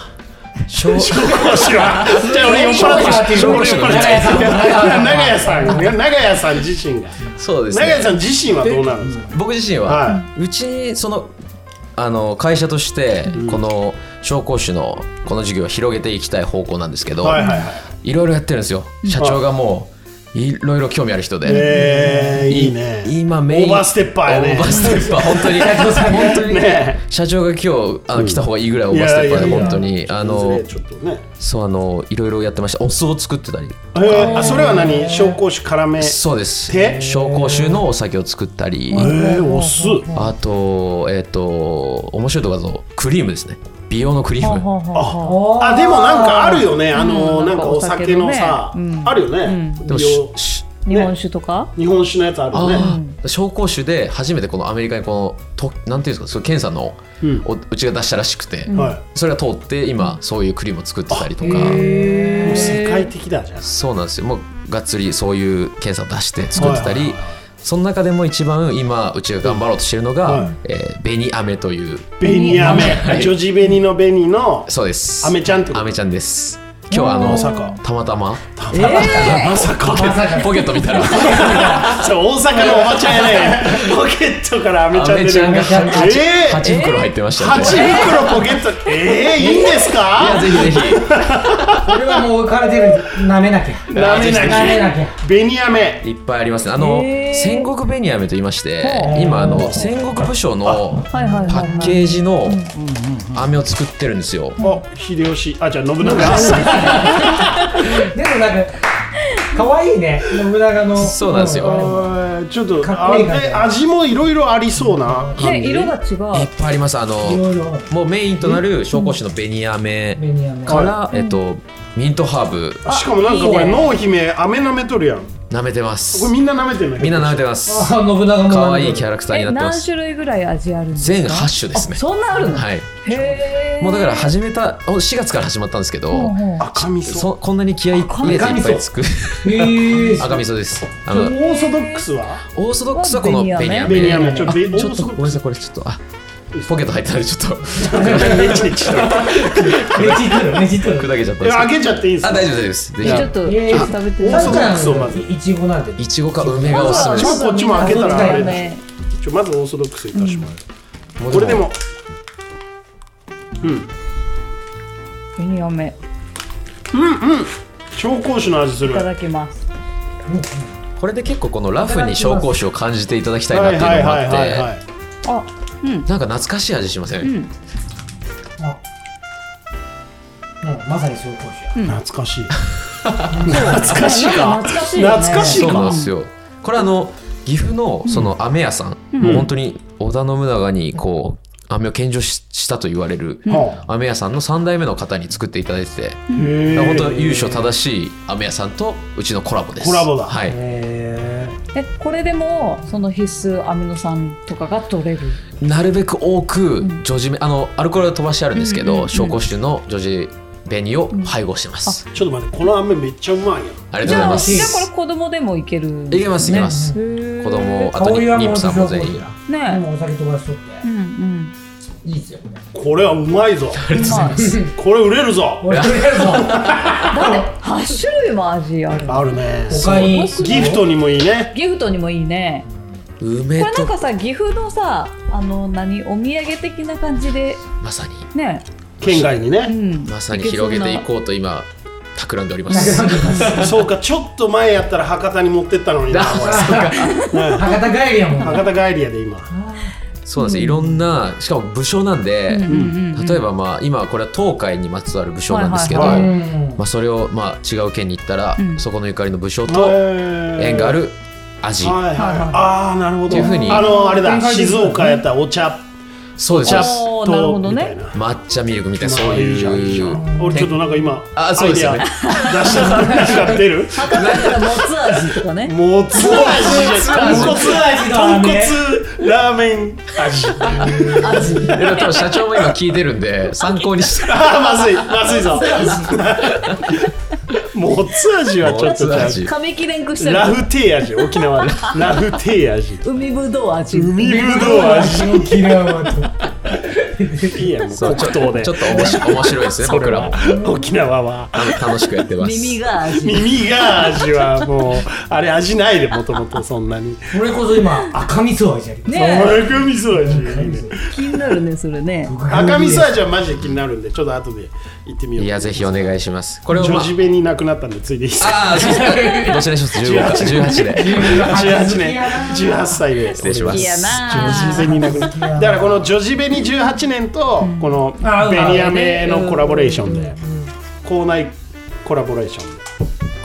小
紹興酒はじゃあ俺酔っ払ってる
紹興
俺
酒
酔っ払ってる長屋さん [laughs] 長屋さん自身が
そうです
長屋
ね
さん自身はどうなるんですか
僕自身は、
は
うちそのあの会社としてこの紹興酒のこの授業を広げていきたい方向なんですけ
い
ど、
はいはいはい
いろいろやってるんですよ社長がもういろいろ興味ある人で、
えー、いいね
今メイン
オーバーステッパーやね
オーバース
[laughs]
テッパー本当に本当に、
ね
社長が今日あの来た方がいいぐらいオーバーステッパー
い
で
やいやいや
本当にあの
いずれちょっとね
そうあのいろいろやってましたお酢を作ってたり
えーあそれは何紹興酒辛め
そうです
で
紹興酒のお酒を作ったり
えー、お酢
あとえっ、と面白いとこだとクリームですね美容のクリー
う
ム
ほうほうほう
あでもなんかあるよねあの、
うん
なんかお酒のさ、
なんかお酒のねうん
あるよね、
でも
よ
しし
日本酒とか
日本酒のやつある
あ
よね
あ紹興酒で初めてこのアメリカにこのとなんていうんですかそう検査の
うん
おうちが出したらしくて、
は
それが通って今そういうクリームを作ってたりとか
い、もう世界的だじゃん
そうなんですよもうがっつりそういう検査を出して作ってたり、その中でも一番今うちが頑張ろうとしてるのが、
はい
えー紅飴という
紅飴ジョジ紅の紅の
そうです
飴ちゃんってこと
飴ちゃんです今日はあの
まさか
たまたま
まさか
ポケット見たら
それ大阪のおばちゃん [laughs] やねポケットから飴ちゃん出
飴ち
て
ゃんが 8,
えー、
袋入ってましたん
8
で
袋ポケットえー、いいんです
いや
か
ぜひぜひ
これはもうから出る舐めな
[laughs]
きゃ
なめな
舐めなきゃ
紅飴
いっぱいありますね。あの、戦国ベニヤメと言いまして、今あの戦国武将のパ
はいはいはいはい
ッケージの飴を作ってるんですよ。
お秀吉あじゃあ信長
でもなんか可愛いね信長の
そうなんですよ
あーちょっと
かっこいい感じ
あ味もいろいろありそうな感
ね
じ
色が違
いっ
う
ぱいあります。あの
いろいろ
もうメインとなる紹興酒のベニヤメ
ベニヤメ
から、えっとミントハーブ
しかもなんかこ
いい
れ
ね
濃姫飴舐めとるやんこ
舐めてます
れ。みんな舐めてるんだ
み
け
ん
ど
な舐めてます。
あ信長も
可愛いキャラクターに
え
なってま
何
す。
種類ぐらい味あるんですか
全8種ですね
あ。そんなあるの
はい。
へえ
もうだから始めたお4月から始まったんですけど、
赤味噌
そこんなに気合い入れていっぱい作る
へえー
[laughs] 赤味噌です。あ
オ
の
ーソドックスは
オーソドックスはこのベニヤ
ベニヤ
メ。
メちょっとベオ
ち
ー
ょっと
ソ
ご
ド
め
ック
んな
ス
さいこれちょっとあポケット入ったのでちょっと
ねじってるねじってる
砕けちゃっ
え
たんですけ
開
ど
けちゃっていいんす
あ
か
大丈夫ですぜ
ちょっ
ひ
と
えー
食べてみ
オー
ます
ソドックスをまず
いちごなんで
いちごか梅がおすすめで
ちょっ
す
とこっちも開けたらあれ
ね
ちょまずオーソドックスいたします
もう
これでも
ベニヤメ
紹興酒の味す
い
る
ただきます
これで結構このラフに紹興酒を感じていただきたいなっていうのもあって
い
あ
なんか懐かしい味しません
あうんまさに紹興酒や
懐かしい懐かしいか
懐かしいよ
懐
ね
かしい
そうなん
か
ですよこれあの岐阜のその飴屋さんもう本当に織田信長にこう飴を献上ししたと言われる
は
飴屋さんの3代目の方に作っていただいて
あ
て
へ
本当
ー
優勝正しい飴屋さんとうちのコラボです
コラボだ
はい
へ
えこれでもその必須アミノ酸とかが取れる
なるべく多くジョジメあのアルコールは飛ばしてあるんですけど、紹興酒のジョジ紅を配合してます、
ちょっと待ってこの飴めっちゃうまいやん
ありが
じ
とうござい
ゃあ
ま
じゃ
す
あこれ子供でもいける
いけますいけます、
子
子供
え
あと
香りは
妊
もう
婦さんも全員
だ
ね
[laughs]
もうお酒飛ばしとって
うんうん
でいいですよ。
これはうまいぞ
ま
これ売れるぞ
俺、とりあえずは、
あだって8種類も味ある
あるね
おかに、
ギフトにもいいね
ギフトにもいいねこ
梅
れな
と
んかさ岐阜のさあの何お土産的な感じで
まさに
ね
県外に
う
ね
ん
まさに広げていこうと今企んでおりま
なく
す
なってます。
そうかちょっと前やったら博多に持ってったのに
[laughs]
な俺
博多帰りやもん。
博多帰りやで今
そうなんですよいろんなしかも武将なんで、
うんうんうんうん
例えばまあ今はこれは東海にまつわる武将なんですけど、
はいはいは
まあ、それをまあ違う県に行ったら、
うん
そこのゆかりの武将と縁
縁
がある味、
はいはい
はいはい
ああなるほ
って
ど
いうふうに
あのあれだ
展開できる
静岡やったらお茶
そう
お
です
茶
おーなるほ
と
ど
み
ね
たいな
抹茶ミルクみたいな
ま
そう
あいいじゃんいい
い
じゃ
うん
俺ちょっとなんか今
あそうですよね
アイデア出したなんか出る
博多だったらもつ味とか
[laughs]
ね
もつ味じゃん
も
豚
つ
骨
味だ
豚
ね
骨ラーメン味
いや多分社長も今聞いてる
[laughs]
んで参考にして
あーまずいまずいぞ [laughs] もつ味はちょっと
もつ味
髪切れんくしてる
ラフテー味沖縄
[laughs]
でラフテー味
海ぶどう味
海ぶどう味
もう嫌いはと。
いいやもう
そう
黒
ちょっ
糖で
とちょっ
[laughs]
と面白面白いですね僕らも
沖縄は
あの楽しくやってます
耳が味
耳が味はもうあれ味ないでもともとそんなに
これこそ今、赤味噌味やります。
ね
赤味噌味いいね
気になるねそれね
赤味噌味はマジで気になるんでちょっと後で行ってみよう
い
い
やぜひお願いしますこれを、
ジ
ま
ョ
あ
ジベになくなったんでついでいいですか
ああそう
[laughs]
ですどちらにします15か18で
18年18歳で
失礼しま
好
す
きや
ジョジ
な
ベになくなっただからこのジョジベに18年とこのベニヤメのコラボレーションで校内コラボレーションで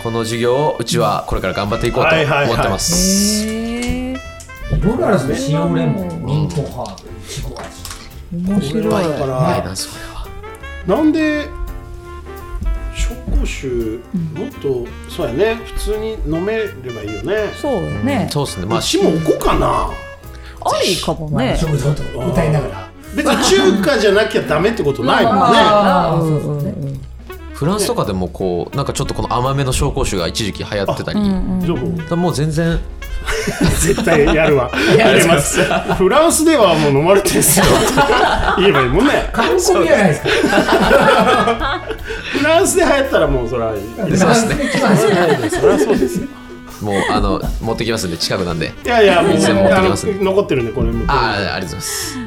この授業をうちはこれから頑張っていこうと
はいはいはい
思ってま
へ
す、
え
僕らですね、塩レモン、ミントハーブ、いちご味。
面白い
だか
はい
ら
なそれは
なんで紹興酒もっとそうやね普通に飲めればいいよね
そうよね
そうですねまあ
うちも置こうかな
ありかもね
食事と歌いながら。
別に中華じゃなきゃダメってことないもんね、
あ
う
ー
んうんうん
フランスとかでもこうなんかちょっとこの甘めの紹興酒が一時期流行ってたり、
でも
もう全然
絶対や
[laughs]
るわやりますフランスではもう飲まれてるんですよ言えばいいもんね
韓国じゃないですか。
フランスで流行ったらもうそれ
[laughs]
は
そうですね
来ますね。
そりゃそうですよ
もうあの持ってきますんで近くなんで
いやいやもう
いつでも持って
あ
き
の
ます
残ってるんでこれも
ああありがとうございます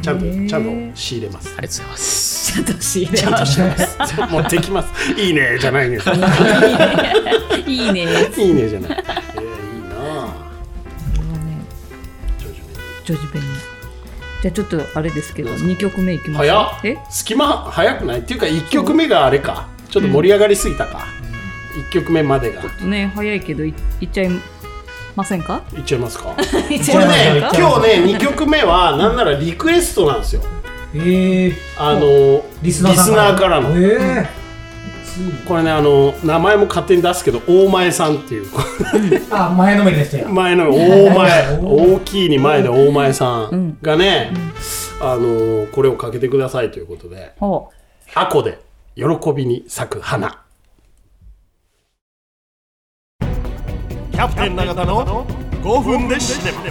ちゃんとちゃんと仕入れます
ありがとうございます
ちゃんと仕入れ
持ってきますいいねじゃないんです
いいね
いいねじゃない。えー、いいなあ。
ジョージベニーじゃあちょっとあれですけど二曲目いきまし
早
ょう
っ
え。
隙間早くないっていうか一曲目があれか。ちょっと盛り上がりすぎたか。一、曲目までが。
ね早いけどいいっちゃいませんか
いっちゃいますか。
いっち
こ
ゃい
れ
ません
ね
か
今日ね二曲目はなんならリクエストなんですよ。
ええ。
あのリスナーからの。
ええ。
これねあの名前も勝手に出すけど大前さんっていう
あ、前のめりの人や。
前の大前大きいに前で大前さんがね、あのこれをかけてくださいということで。
ほ
アコで喜びに咲く花
キャプテン永田の5分でシネマ
う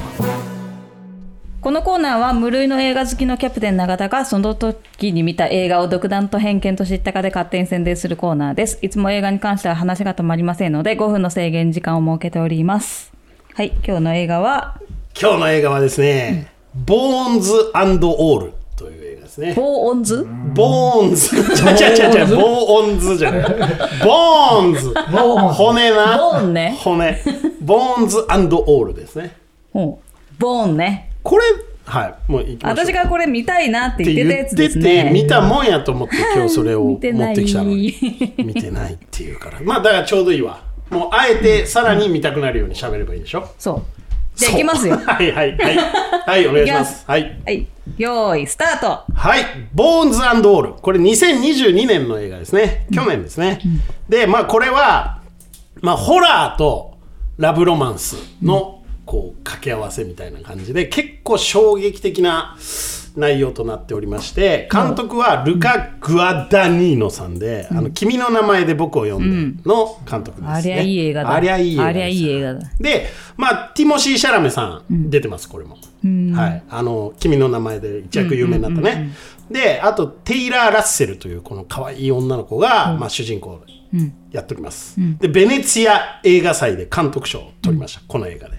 このコーナーは無類の映画好きのキャプテン永田がその時に見た映画を独断と偏見と知ったかで勝手に宣伝するコーナーですいつも映画に関しては話が止まりませんので5分の制限時間を設けておりますはい今日の映画は
今日の映画はですね「ボーンズオール」という映画です
「
ね
ボーオンズ」
ボーンズちゃちゃちゃちゃボーンズじゃないボーンズ
ボーン
骨な
ボーンね
骨ボーンズオールですね
ほうボーンね
これはいもういきましょう
私がこれ見たいなって
って
言っ
言
てたや
っ
つで
て
す
て
ね
見たもんやと思って [laughs] 今日それを持っ
見てない
てきたのに [laughs] 見てないっていうからまあだからちょうどいいわもうあえてさらに見たくなるように喋ればいいでしょ
そうじゃあいきますよ
はいはいはい。はい、お願いしま。
いきます
はい。
はいよーいスタート
はい。ボーンズオール。これ2022年の映画ですね。去年ですね。で、まあこれは、まあホラーとラブロマンスのこう掛け合わせみたいな感じで結構衝撃的な内容となっておりまして監督はルカ・グアダニーノさんで「あの君の名前で僕を呼んで」の監督ですね。
ありゃいい映画だ。
ありゃいい映画です
映画だ。
で、まあ、ティモシー・シャラメさん、出てます、これも。はい。あの、君の名前で一躍有名になったね。で、あと、テイラー・ラッセルという、この可愛い女の子が、まあ、主人公でやっております。で、ベネツィア映画祭で監督賞を取りました、この映画で。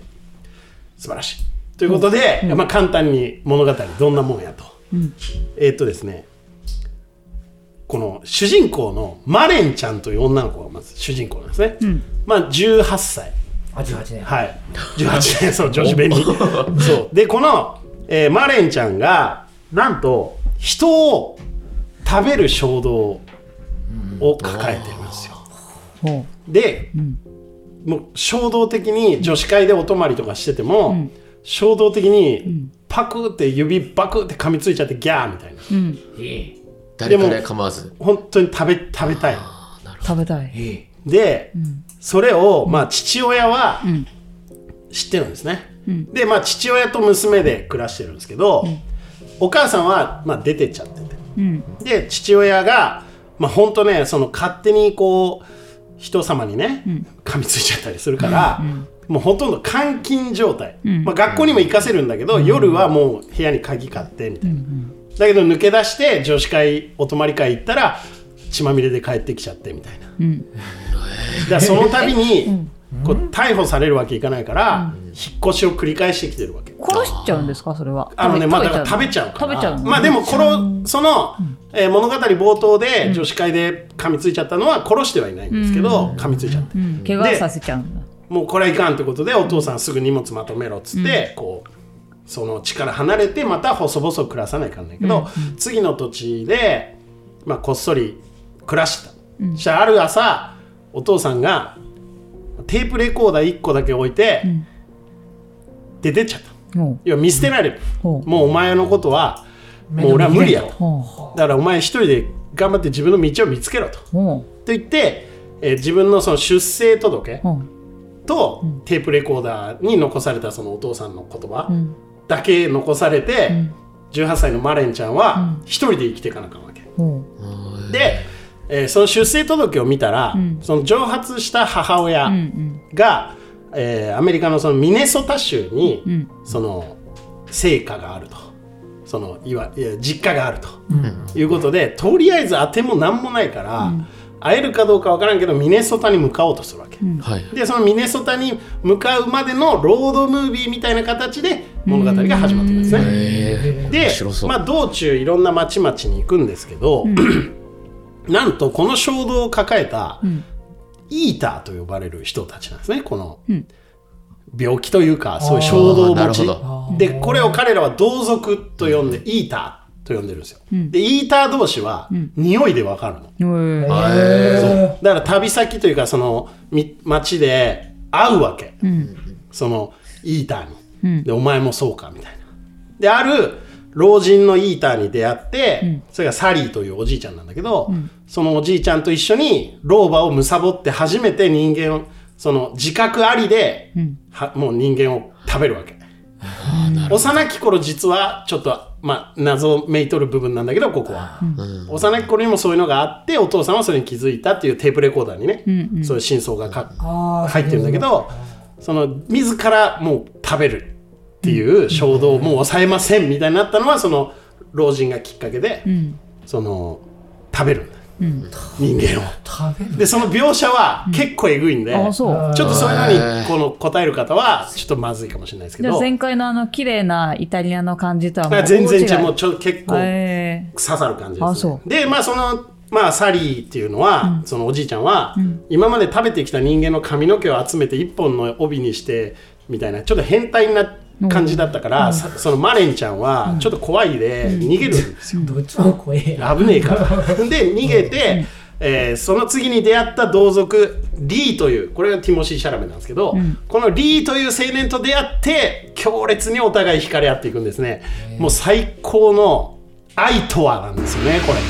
素晴らしい。ということで、まあ、簡単に物語、どんなもんやと。えーっとですね、この主人公のマレンちゃんという女の子がまず主人公なんですね。まあ、18歳。
88年。
はい、18年、そう、女子弁に。そう。で、この、えーマレンちゃんが、なんと、人を食べる衝動を抱えてるんですよ。
ほ
で、もう衝動的に女子会でお泊まりとかしてても、衝動的にパクって指バクって噛みついちゃってギャーみたいな。
ええ
誰から構わず
本当に食べ、食べたい。
う食べたい。
ええ
で、それを、まあ、父親は知ってるんですね、で、まあ、父親と娘で暮らしてるんですけど、お母さんは、まあ、出てっちゃってて、で父親が、まあ、ほんとねその勝手にこう人様にね、噛みついちゃったりするから、もうほとんど監禁状態、まあ、学校にも行かせるんだけど、夜はもう部屋に鍵買ってみたいな、だけど抜け出して女子会お泊まり会行ったら血まみれで帰ってきちゃってみたいな、だからその度
[laughs]
にこう逮捕されるわけいかないから、引っ越しを繰り返してきてるわけ。
殺しちゃうんですかそれは。
あのね、まあ、だから食
食
べ
べ
ち
ち
ゃ
ゃ
う
う
から。
食べちゃうの。
まあ、でも、殺、その、えー物語冒頭で、女子会で噛みついちゃったのは、殺してはいないんですけど、噛みついちゃって。
うん怪我させちゃうんだ。
もう、これはいかんってことで、お父さんすぐ荷物まとめろっつって、こう。その地から離れて、また細々暮らさないかんないけど、次の土地で、まあ、こっそり暮らした。そしたら、ある朝、お父さんが。テープレコーダー1個だけ置いて、で出ちゃった。
ほ
要は見捨てられる、
ほう
もうお前のことはもう俺は無理やと
ほう
だからお前一人で頑張って自分の道を見つけろと
ほ
と言って、えー自分のその出生届
うほう
とテープレコーダーに残されたそのお父さんの言葉だけ残されて、18歳のマレンちゃんは一人で生きていかなあかんわけ、
ほ
で、えーその出生届を見たら、その蒸発した母親が、えーアメリカのそのミネソタ州に、その成果があるとそのいわいや実家があると、いうことでとりあえず当ても何もないから、会えるかどうかわからんけどミネソタに向かおうとするわけ。
はい
でそのミネソタに向かうまでのロードムービーみたいな形で物語が始まってくるんですね。
え
で
面白、そう
まあ、道中いろんな町々に行くんですけど、なんとこの衝動を抱えた、イーターと呼ばれる人たちなんですねこの、病気というかそういう衝動
あーな
持
る
ち
ほど
でこれを彼らは同族と呼んで、イーターと呼んでるんですよ、でイーター同士は、匂いでわかるの
う。へえ
そうだから旅先というかそのみ町で会うわけ、そのイーターに、でお前もそうかみたいなである老人のイーターに出会って、それがサリーというおじいちゃんなんだけど、そのおじいちゃんと一緒に老婆を貪って初めて人間をその自覚ありで、はもう人間を食べるわけ、幼き頃実はちょっと、まあ、謎めいとる部分なんだけどここは、幼き頃にもそういうのがあってお父さんはそれに気づいたっていうテープレコーダーにね、そういう真相がか
ああ、
入ってるんだけどその自らもう食べるっていう衝動をもう抑えませんみたいになったのはその老人がきっかけで、その食べるんだ、人間を。
食べる。
でその描写は結構えぐいんで、
あそう。
ちょっとそういうのにこの答える方はちょっとまずいかもしれないですけ
じゃ
ど
あ。前回のあの綺麗なイタリアの感じとはも
まあ
う
全然
大
違う、も。
いう
ちょ結構刺
え
さる感じです、ね。
あそ
で、まあその、まあサリーっていうのは、そのおじいちゃんは、今まで食べてきた人間の髪の毛を集めて一本の帯にして、みたいな、ちょっと変態な感じだったから、さそのマレンちゃんは、ちょっと怖いで、逃げるんですよ。
どっちも怖えな。
危ねえ
[laughs]
から。で、逃げて、えーその次に出会った同族リーというこれがティモシー・シャラメなんですけど、このリーという青年と出会って強烈にお互い惹かれ合っていくんですねもう最高の愛とはなんですよねこれ
ー、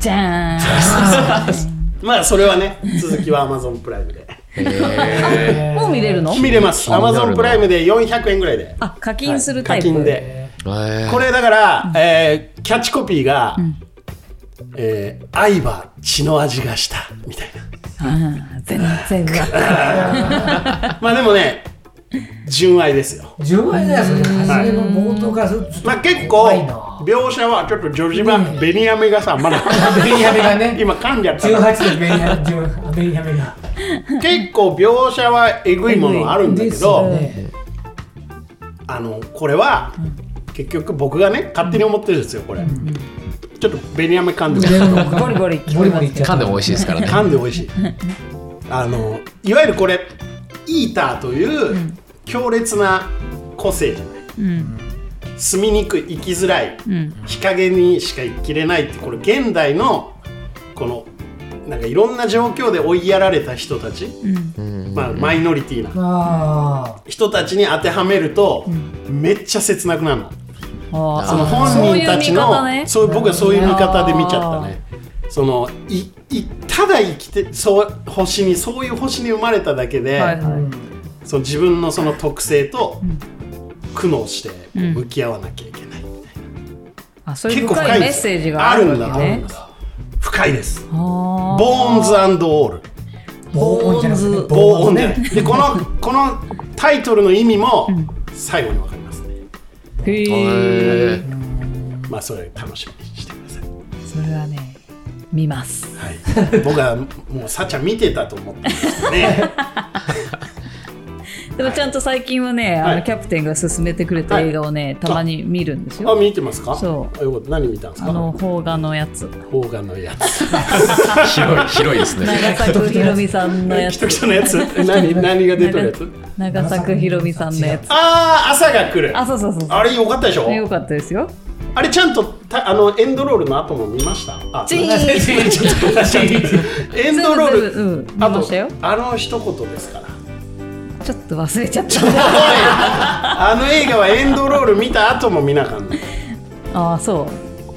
じゃーん。 [laughs]
まあそれはね続きは Amazon プライムで [laughs]
もう見れるの
見れます
気になるな
Amazon プライムで400円ぐらいで
あ課金するタ
課
イプ、
金で
えー
これだから、えーキャッチコピーが「えー愛は血の味がした」みたい
うん全然わかんない
なまあでもね純愛ですよ
純愛だよ、それ。初めの冒頭からずっと。
まあ結
怖
構
いな
描写はちょっとジョージマン、ベニヤメがさまだ
ベニヤメがね
今噛んじゃったから
18でベニヤ、18ベニヤメが。
結構描写はえぐいものあるんだけ
です
ど、
よね。
あのこれは、結局僕がね勝手に思ってるんですよこれ、ちょっとベニヤメ噛んでます
ボ
リボリ聞こ
ボ
えますね
リボリいっちゃった
噛んでも美味しいですからね
噛んで美味しいあのいわゆるこれイーターという強烈な個性じゃない、住みにくい生きづらい、日陰にしか生きれないってこれ現代のこのなんかいろんな状況で追いやられた人たち、まあ、マイノリティな
あ
人たちに当てはめると、めっちゃ切なくなるの。
あー
その本人たちの
そ
そ
ういう見方
う
ね
僕はそういう見方で見ちゃったね。そのいいただ生きてそう星にそういう星に生まれただけで、
はい
あ。う
はい
ん
その自分のその特性と苦悩して向き合わなきゃいけない、
あそういう深いメッセージが
あ
あ
る
る
んだ
わ
と
け
思うん
ね
です深いです
あ
ボーンズオール
防音じゃなくて
防音
ね
ねでこのこのタイトルの意味も最後にわかりますね
ーへー
えー
まあそれ楽しみにしてください
それはね見ます
はい、僕はもうさちゃん見てたと思ってましたね。
でもちゃんと最近はね、あ
は
の
い
キャプテンが勧めてくれた映画をね、たまに見るんです
あ、
よ。
見てますか。
そう
あよかった、何見たんです
あ
か。
の邦画のやつ、
[laughs] 邦画のやつ。
広い広いですね
長作ひろみさんのや
きと
つ、
きとのやつ。何、何が出てるやつ。
長作ひろみさんのやつ。
ああ、朝が来る。
あ、そうそうそうそ
あれよかったでしょ
う。よかったですよ。
あれちゃんと、た、あのエンドロールの後も見ました。あ、
チーン
ちょっと待ってエンドロール。
全部全部うん
あ
見ましたよ
と、あの一言ですから。
ちょっと忘れちゃった。
あの映画はエンドロール見た後も見なかった。
[laughs] あ、そ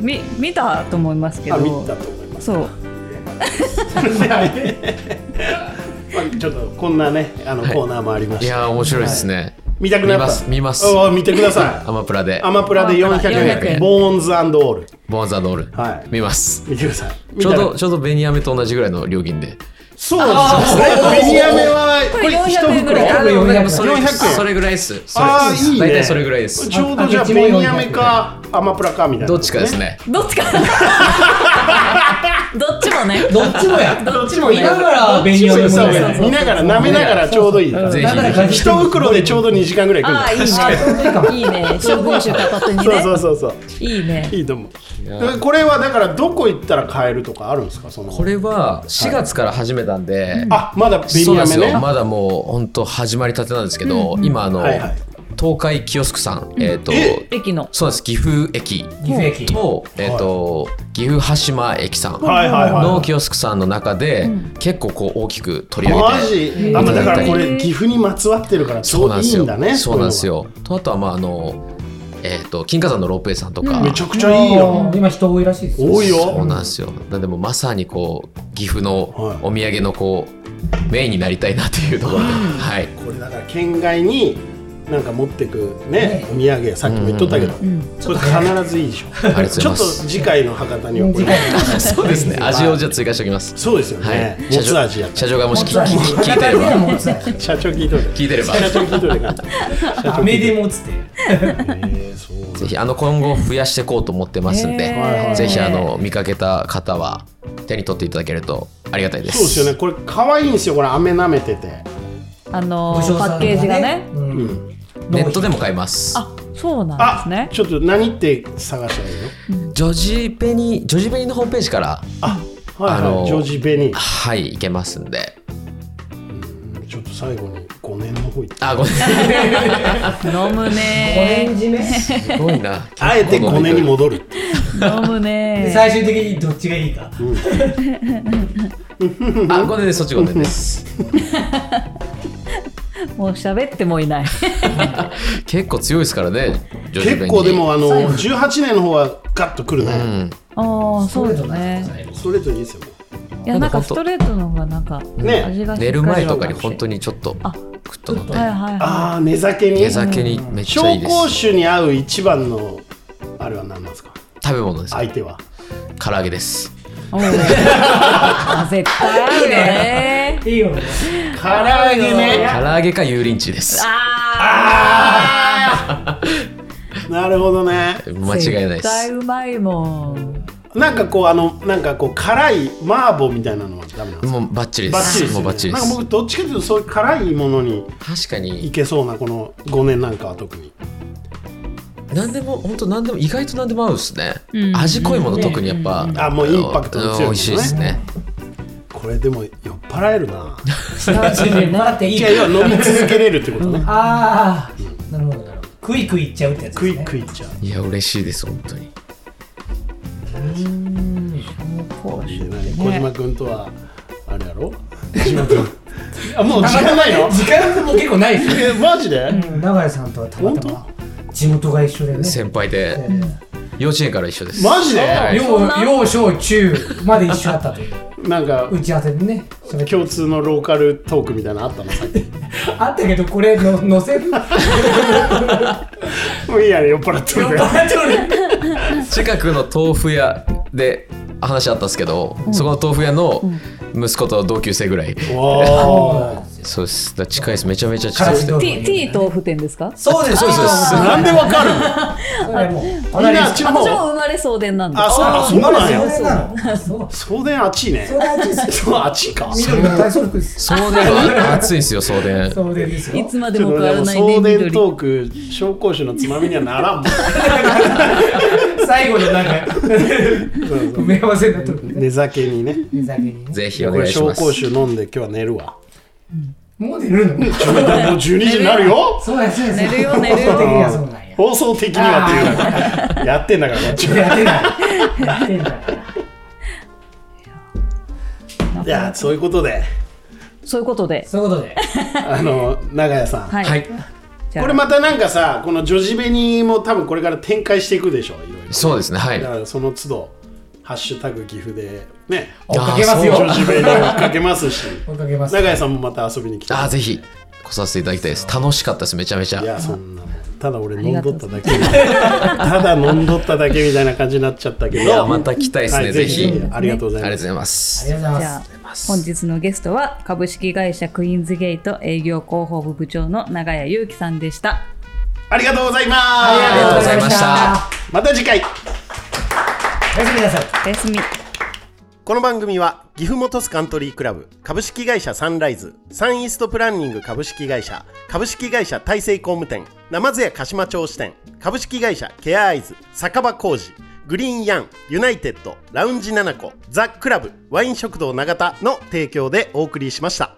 う。み見たと思いますけど。
あ、見たと思います。
そう。
まあちょっとこんなね、あの
はい
コーナーもありま
い
した。
やー面白いですね
見たくなった
見ます見ます
おう見てくださ
アマプラで [laughs]
いアマプラで400円
400円
ボーンズオール
ボンザドール
はい
見ます
見てください
ちょうど
見たら
ちょうどベニヤメと同じぐらいの料金で
そうなんですよねベニヤメはこれ
これ
一
400円ぐ
袋
らい
あでもでも
それ
400円
それぐらいですそれ
ああいいね
大体それぐらいです
ちょうどじゃあベニヤメかアマプラかみたいな
どっちかですね
どっち
[laughs]
か。どっちもね。
どっちもや。
どっちも
見
ね
ながらベニヤメも
そう
ね
見ながら舐めながらちょうどいい
ぜ
だから
ひ
感じ
一袋でちょうど2時間ぐらいいくん
あ
だ
あ、いいね。いい
[laughs]
ね。新聞紙片手に
そう
ね。
そうそうそう
いいね。
いいと思うこれはだからどこ行ったら買えるとかあるんですかその
これは4月から始めたんで
あまだベ
そう
ニヤ
なんで
メ
す
ね
よまだもう本当始まりたてなんですけど今あの
はいはい
東海キヨスクさんえっと
え
駅の。
そうです岐阜駅
岐阜駅。
と,、えーと岐阜羽島駅さん
はいはいはい
のキヨスクさんの中で、結構こう大きく取り上
マ
げて
ジあまあだからこれ岐阜にまつわってるからす
そう
ご
なん
い
で
い
す
い
よ
んだね
そうなんで
こ
すよとあとはまああの、えー、と金華山のロープウェイさんとか、
れはめちゃくちゃいいよ
今人多いらしいです
多いよ
そうなんですよなんでもうまさにこう岐阜のお土産のこうメインになりたいなっていうところで、はい、
これだから県外になんか持ってくねお土産さっきも言っとったけどそれ必ずいいでし
ありがとう
ょ
ご
ち
ざい
ょ
ま
っと
す
次回の博多にはこれ
次回
そうですね味をじゃあ追加しておきます
そうですよ
はい
ね、もつ味やった
社長がもし聞
もつ味
聞聞いてれ
[laughs]
ば
もつ味
社長聞いとる
聞いてれば
社長聞いとるから
[laughs]
あメデモつって
えーそう
ぜひあの今後増やしていこうと思ってますん
は
で、
いはい
ぜひあの見かけた方は手に取っていただけるとありがたいです。
そうですよねこれ可愛いんですよこれ飴舐めてて
あの
お嬢
ーパ
さん
ッケージがね。
うん
ネットでも買えます。
あ、そうなんで
あ
すね。
ちょっと何って探したらいいの
ジョジベニジョジベニのホームページから
はい
あ
は
の
いジョージ・ベニー
はい行けますんで。
ちょっと最後に5年の方行って
あごめんなさい。
飲む
オ
ね
レンジ目
すごい [laughs] な。
あえて5年に
も
戻るって
ー。飲むね
で
ー。
最終的にどっちがいいか
あごめんですそっちごめんです。
もう喋ってもいない。
結構強いですからね。ジョジベニ
結構でもあの18年の方はガッとくるね、
うん
ああ、そうですね。
ストレートにいいですよね
あいやなんか
ほん
ス
と
トレートの方がなんか
ね
味がしっかり
寝る前とかに本当
に
にちょっと
あ
クッと飲んで
はいはいは
ああ寝酒に
寝酒にめっちゃいい
紹
で
興
す
酒に合う一番のあれは何なんですか
食べ物です
相手は
唐揚げです
い [laughs] おうあ絶対あるよね
いいよね。
唐揚げね
唐揚げか油淋鶏です
なるほどね
間違いないで
絶対
す
うまいもん
なんかこうあのなんかこう辛い麻婆みたいなのはダメなんですか
もうバッチリで
バッチ
す
リですよ
もう
ね
バッチリで
なんか
す
僕どっちかというとそういう辛いものに
確か
い
に
けそうなこの5年なんかは特に
何でも本当何でも意外と何でも合うっすね味濃いもの特にやっぱ
んあもうインパクトの強いものね
美味しいですね
これでも酔っ払えるな
笑ってい
[laughs]
い
い
か
やいや飲み続けれるってことね
ああ、なるほど、なるほど。クイクイいっちゃうってや
[laughs]
つ
食
で
い
すね。
食いちゃう
いや嬉しいです本当に
小島君とはあれやろ [laughs] 小島君あ [laughs] もう時間ないの
時間も結構ないですね。
えマジで、
うん永井さんとはたまたま地元が一緒でね。
先輩で幼稚園から一緒です
マジで
はい
幼幼小中まで一緒だったという
なんか
打ち合わせでねそれ
共通のローカルトークみたいなのあったのさっき
あったけどこれの載せる酔っ
[laughs] もういいやね酔っ払ってるから
払っちゃうね
近くの豆腐屋で話あったんですけど、そこの豆腐屋の息子と同級生ぐらい、
[laughs] お [laughs] ー
そうですだから近いですめちゃめちゃ近いですね
辛い
T, T 豆腐店ですか
そうです
そうですそうです
なんでわかるの [laughs]
それもう
みんなあっちの
私も
方
生まれそうでんなんで
あそうあそうなんや
それなのそう
送電あっちいね
それあっちです
そうあっちか
緑の体操服です
送電は熱いですよ送電
そうです
い
よ
つまで
ちょっ
も
と
変
で
わら
も
ない
送
ね
電
緑
トーク紹興酒のつまみにはならんも
[laughs]
ん
最後のなんか [laughs] 埋め合わせになっとるね
寝酒にね
寝酒にね
ぜひお
こ
願
れ
いし
紹
ます
興酒飲んで今日は寝るわ
もう寝るの
もう12時になるよ
そうやそうや
寝るよ寝るよ
放送的にはそうなんや
放送的にはっていうやってんだからこっち
や
[laughs]
ってないやってない
いやそういうことで
そういうことで
そういうことで
あの長屋さん、
はい、
はい
じゃあ
これまたなんかさこのジョジベニも多分これから展開していくでしょいろい
そうですねはい
ろだからその都度ハッシュタグ岐阜でね
追っかけますよ
ジ
あそう
ョジベニをかけますし
追っかけます
長屋さんもまた遊びに来て
あーぜひ来させていただきたいです楽しかったですめちゃめちゃ
いやそんなもんただ俺飲んどっただけただ飲んどっただけみたいな感じになっちゃったけど
いやまた来たいですね、
はい
ぜひありが
ありがとうござい
とう
ま
ご
す、
ざいま
ありがとうござ
す
じ
い
ゃ
ま
あ
す
本日のゲストは株式会社クイーンズゲート営業広報部部長の長谷裕樹さんでした。
ありがとうございます
りがとうございました
また次回
おやすみなさい
おやすみ。
この番組は岐阜本スカントリークラブ株式会社サンライズサンイーストプランニング株式会社株式会社大成工務店ナマズ屋鹿島町支店株式会社ケアアイズ酒場工事グリーンヤンユナイテッドラウンジナナコザ・クラブワイン食堂永田の提供でお送りしました。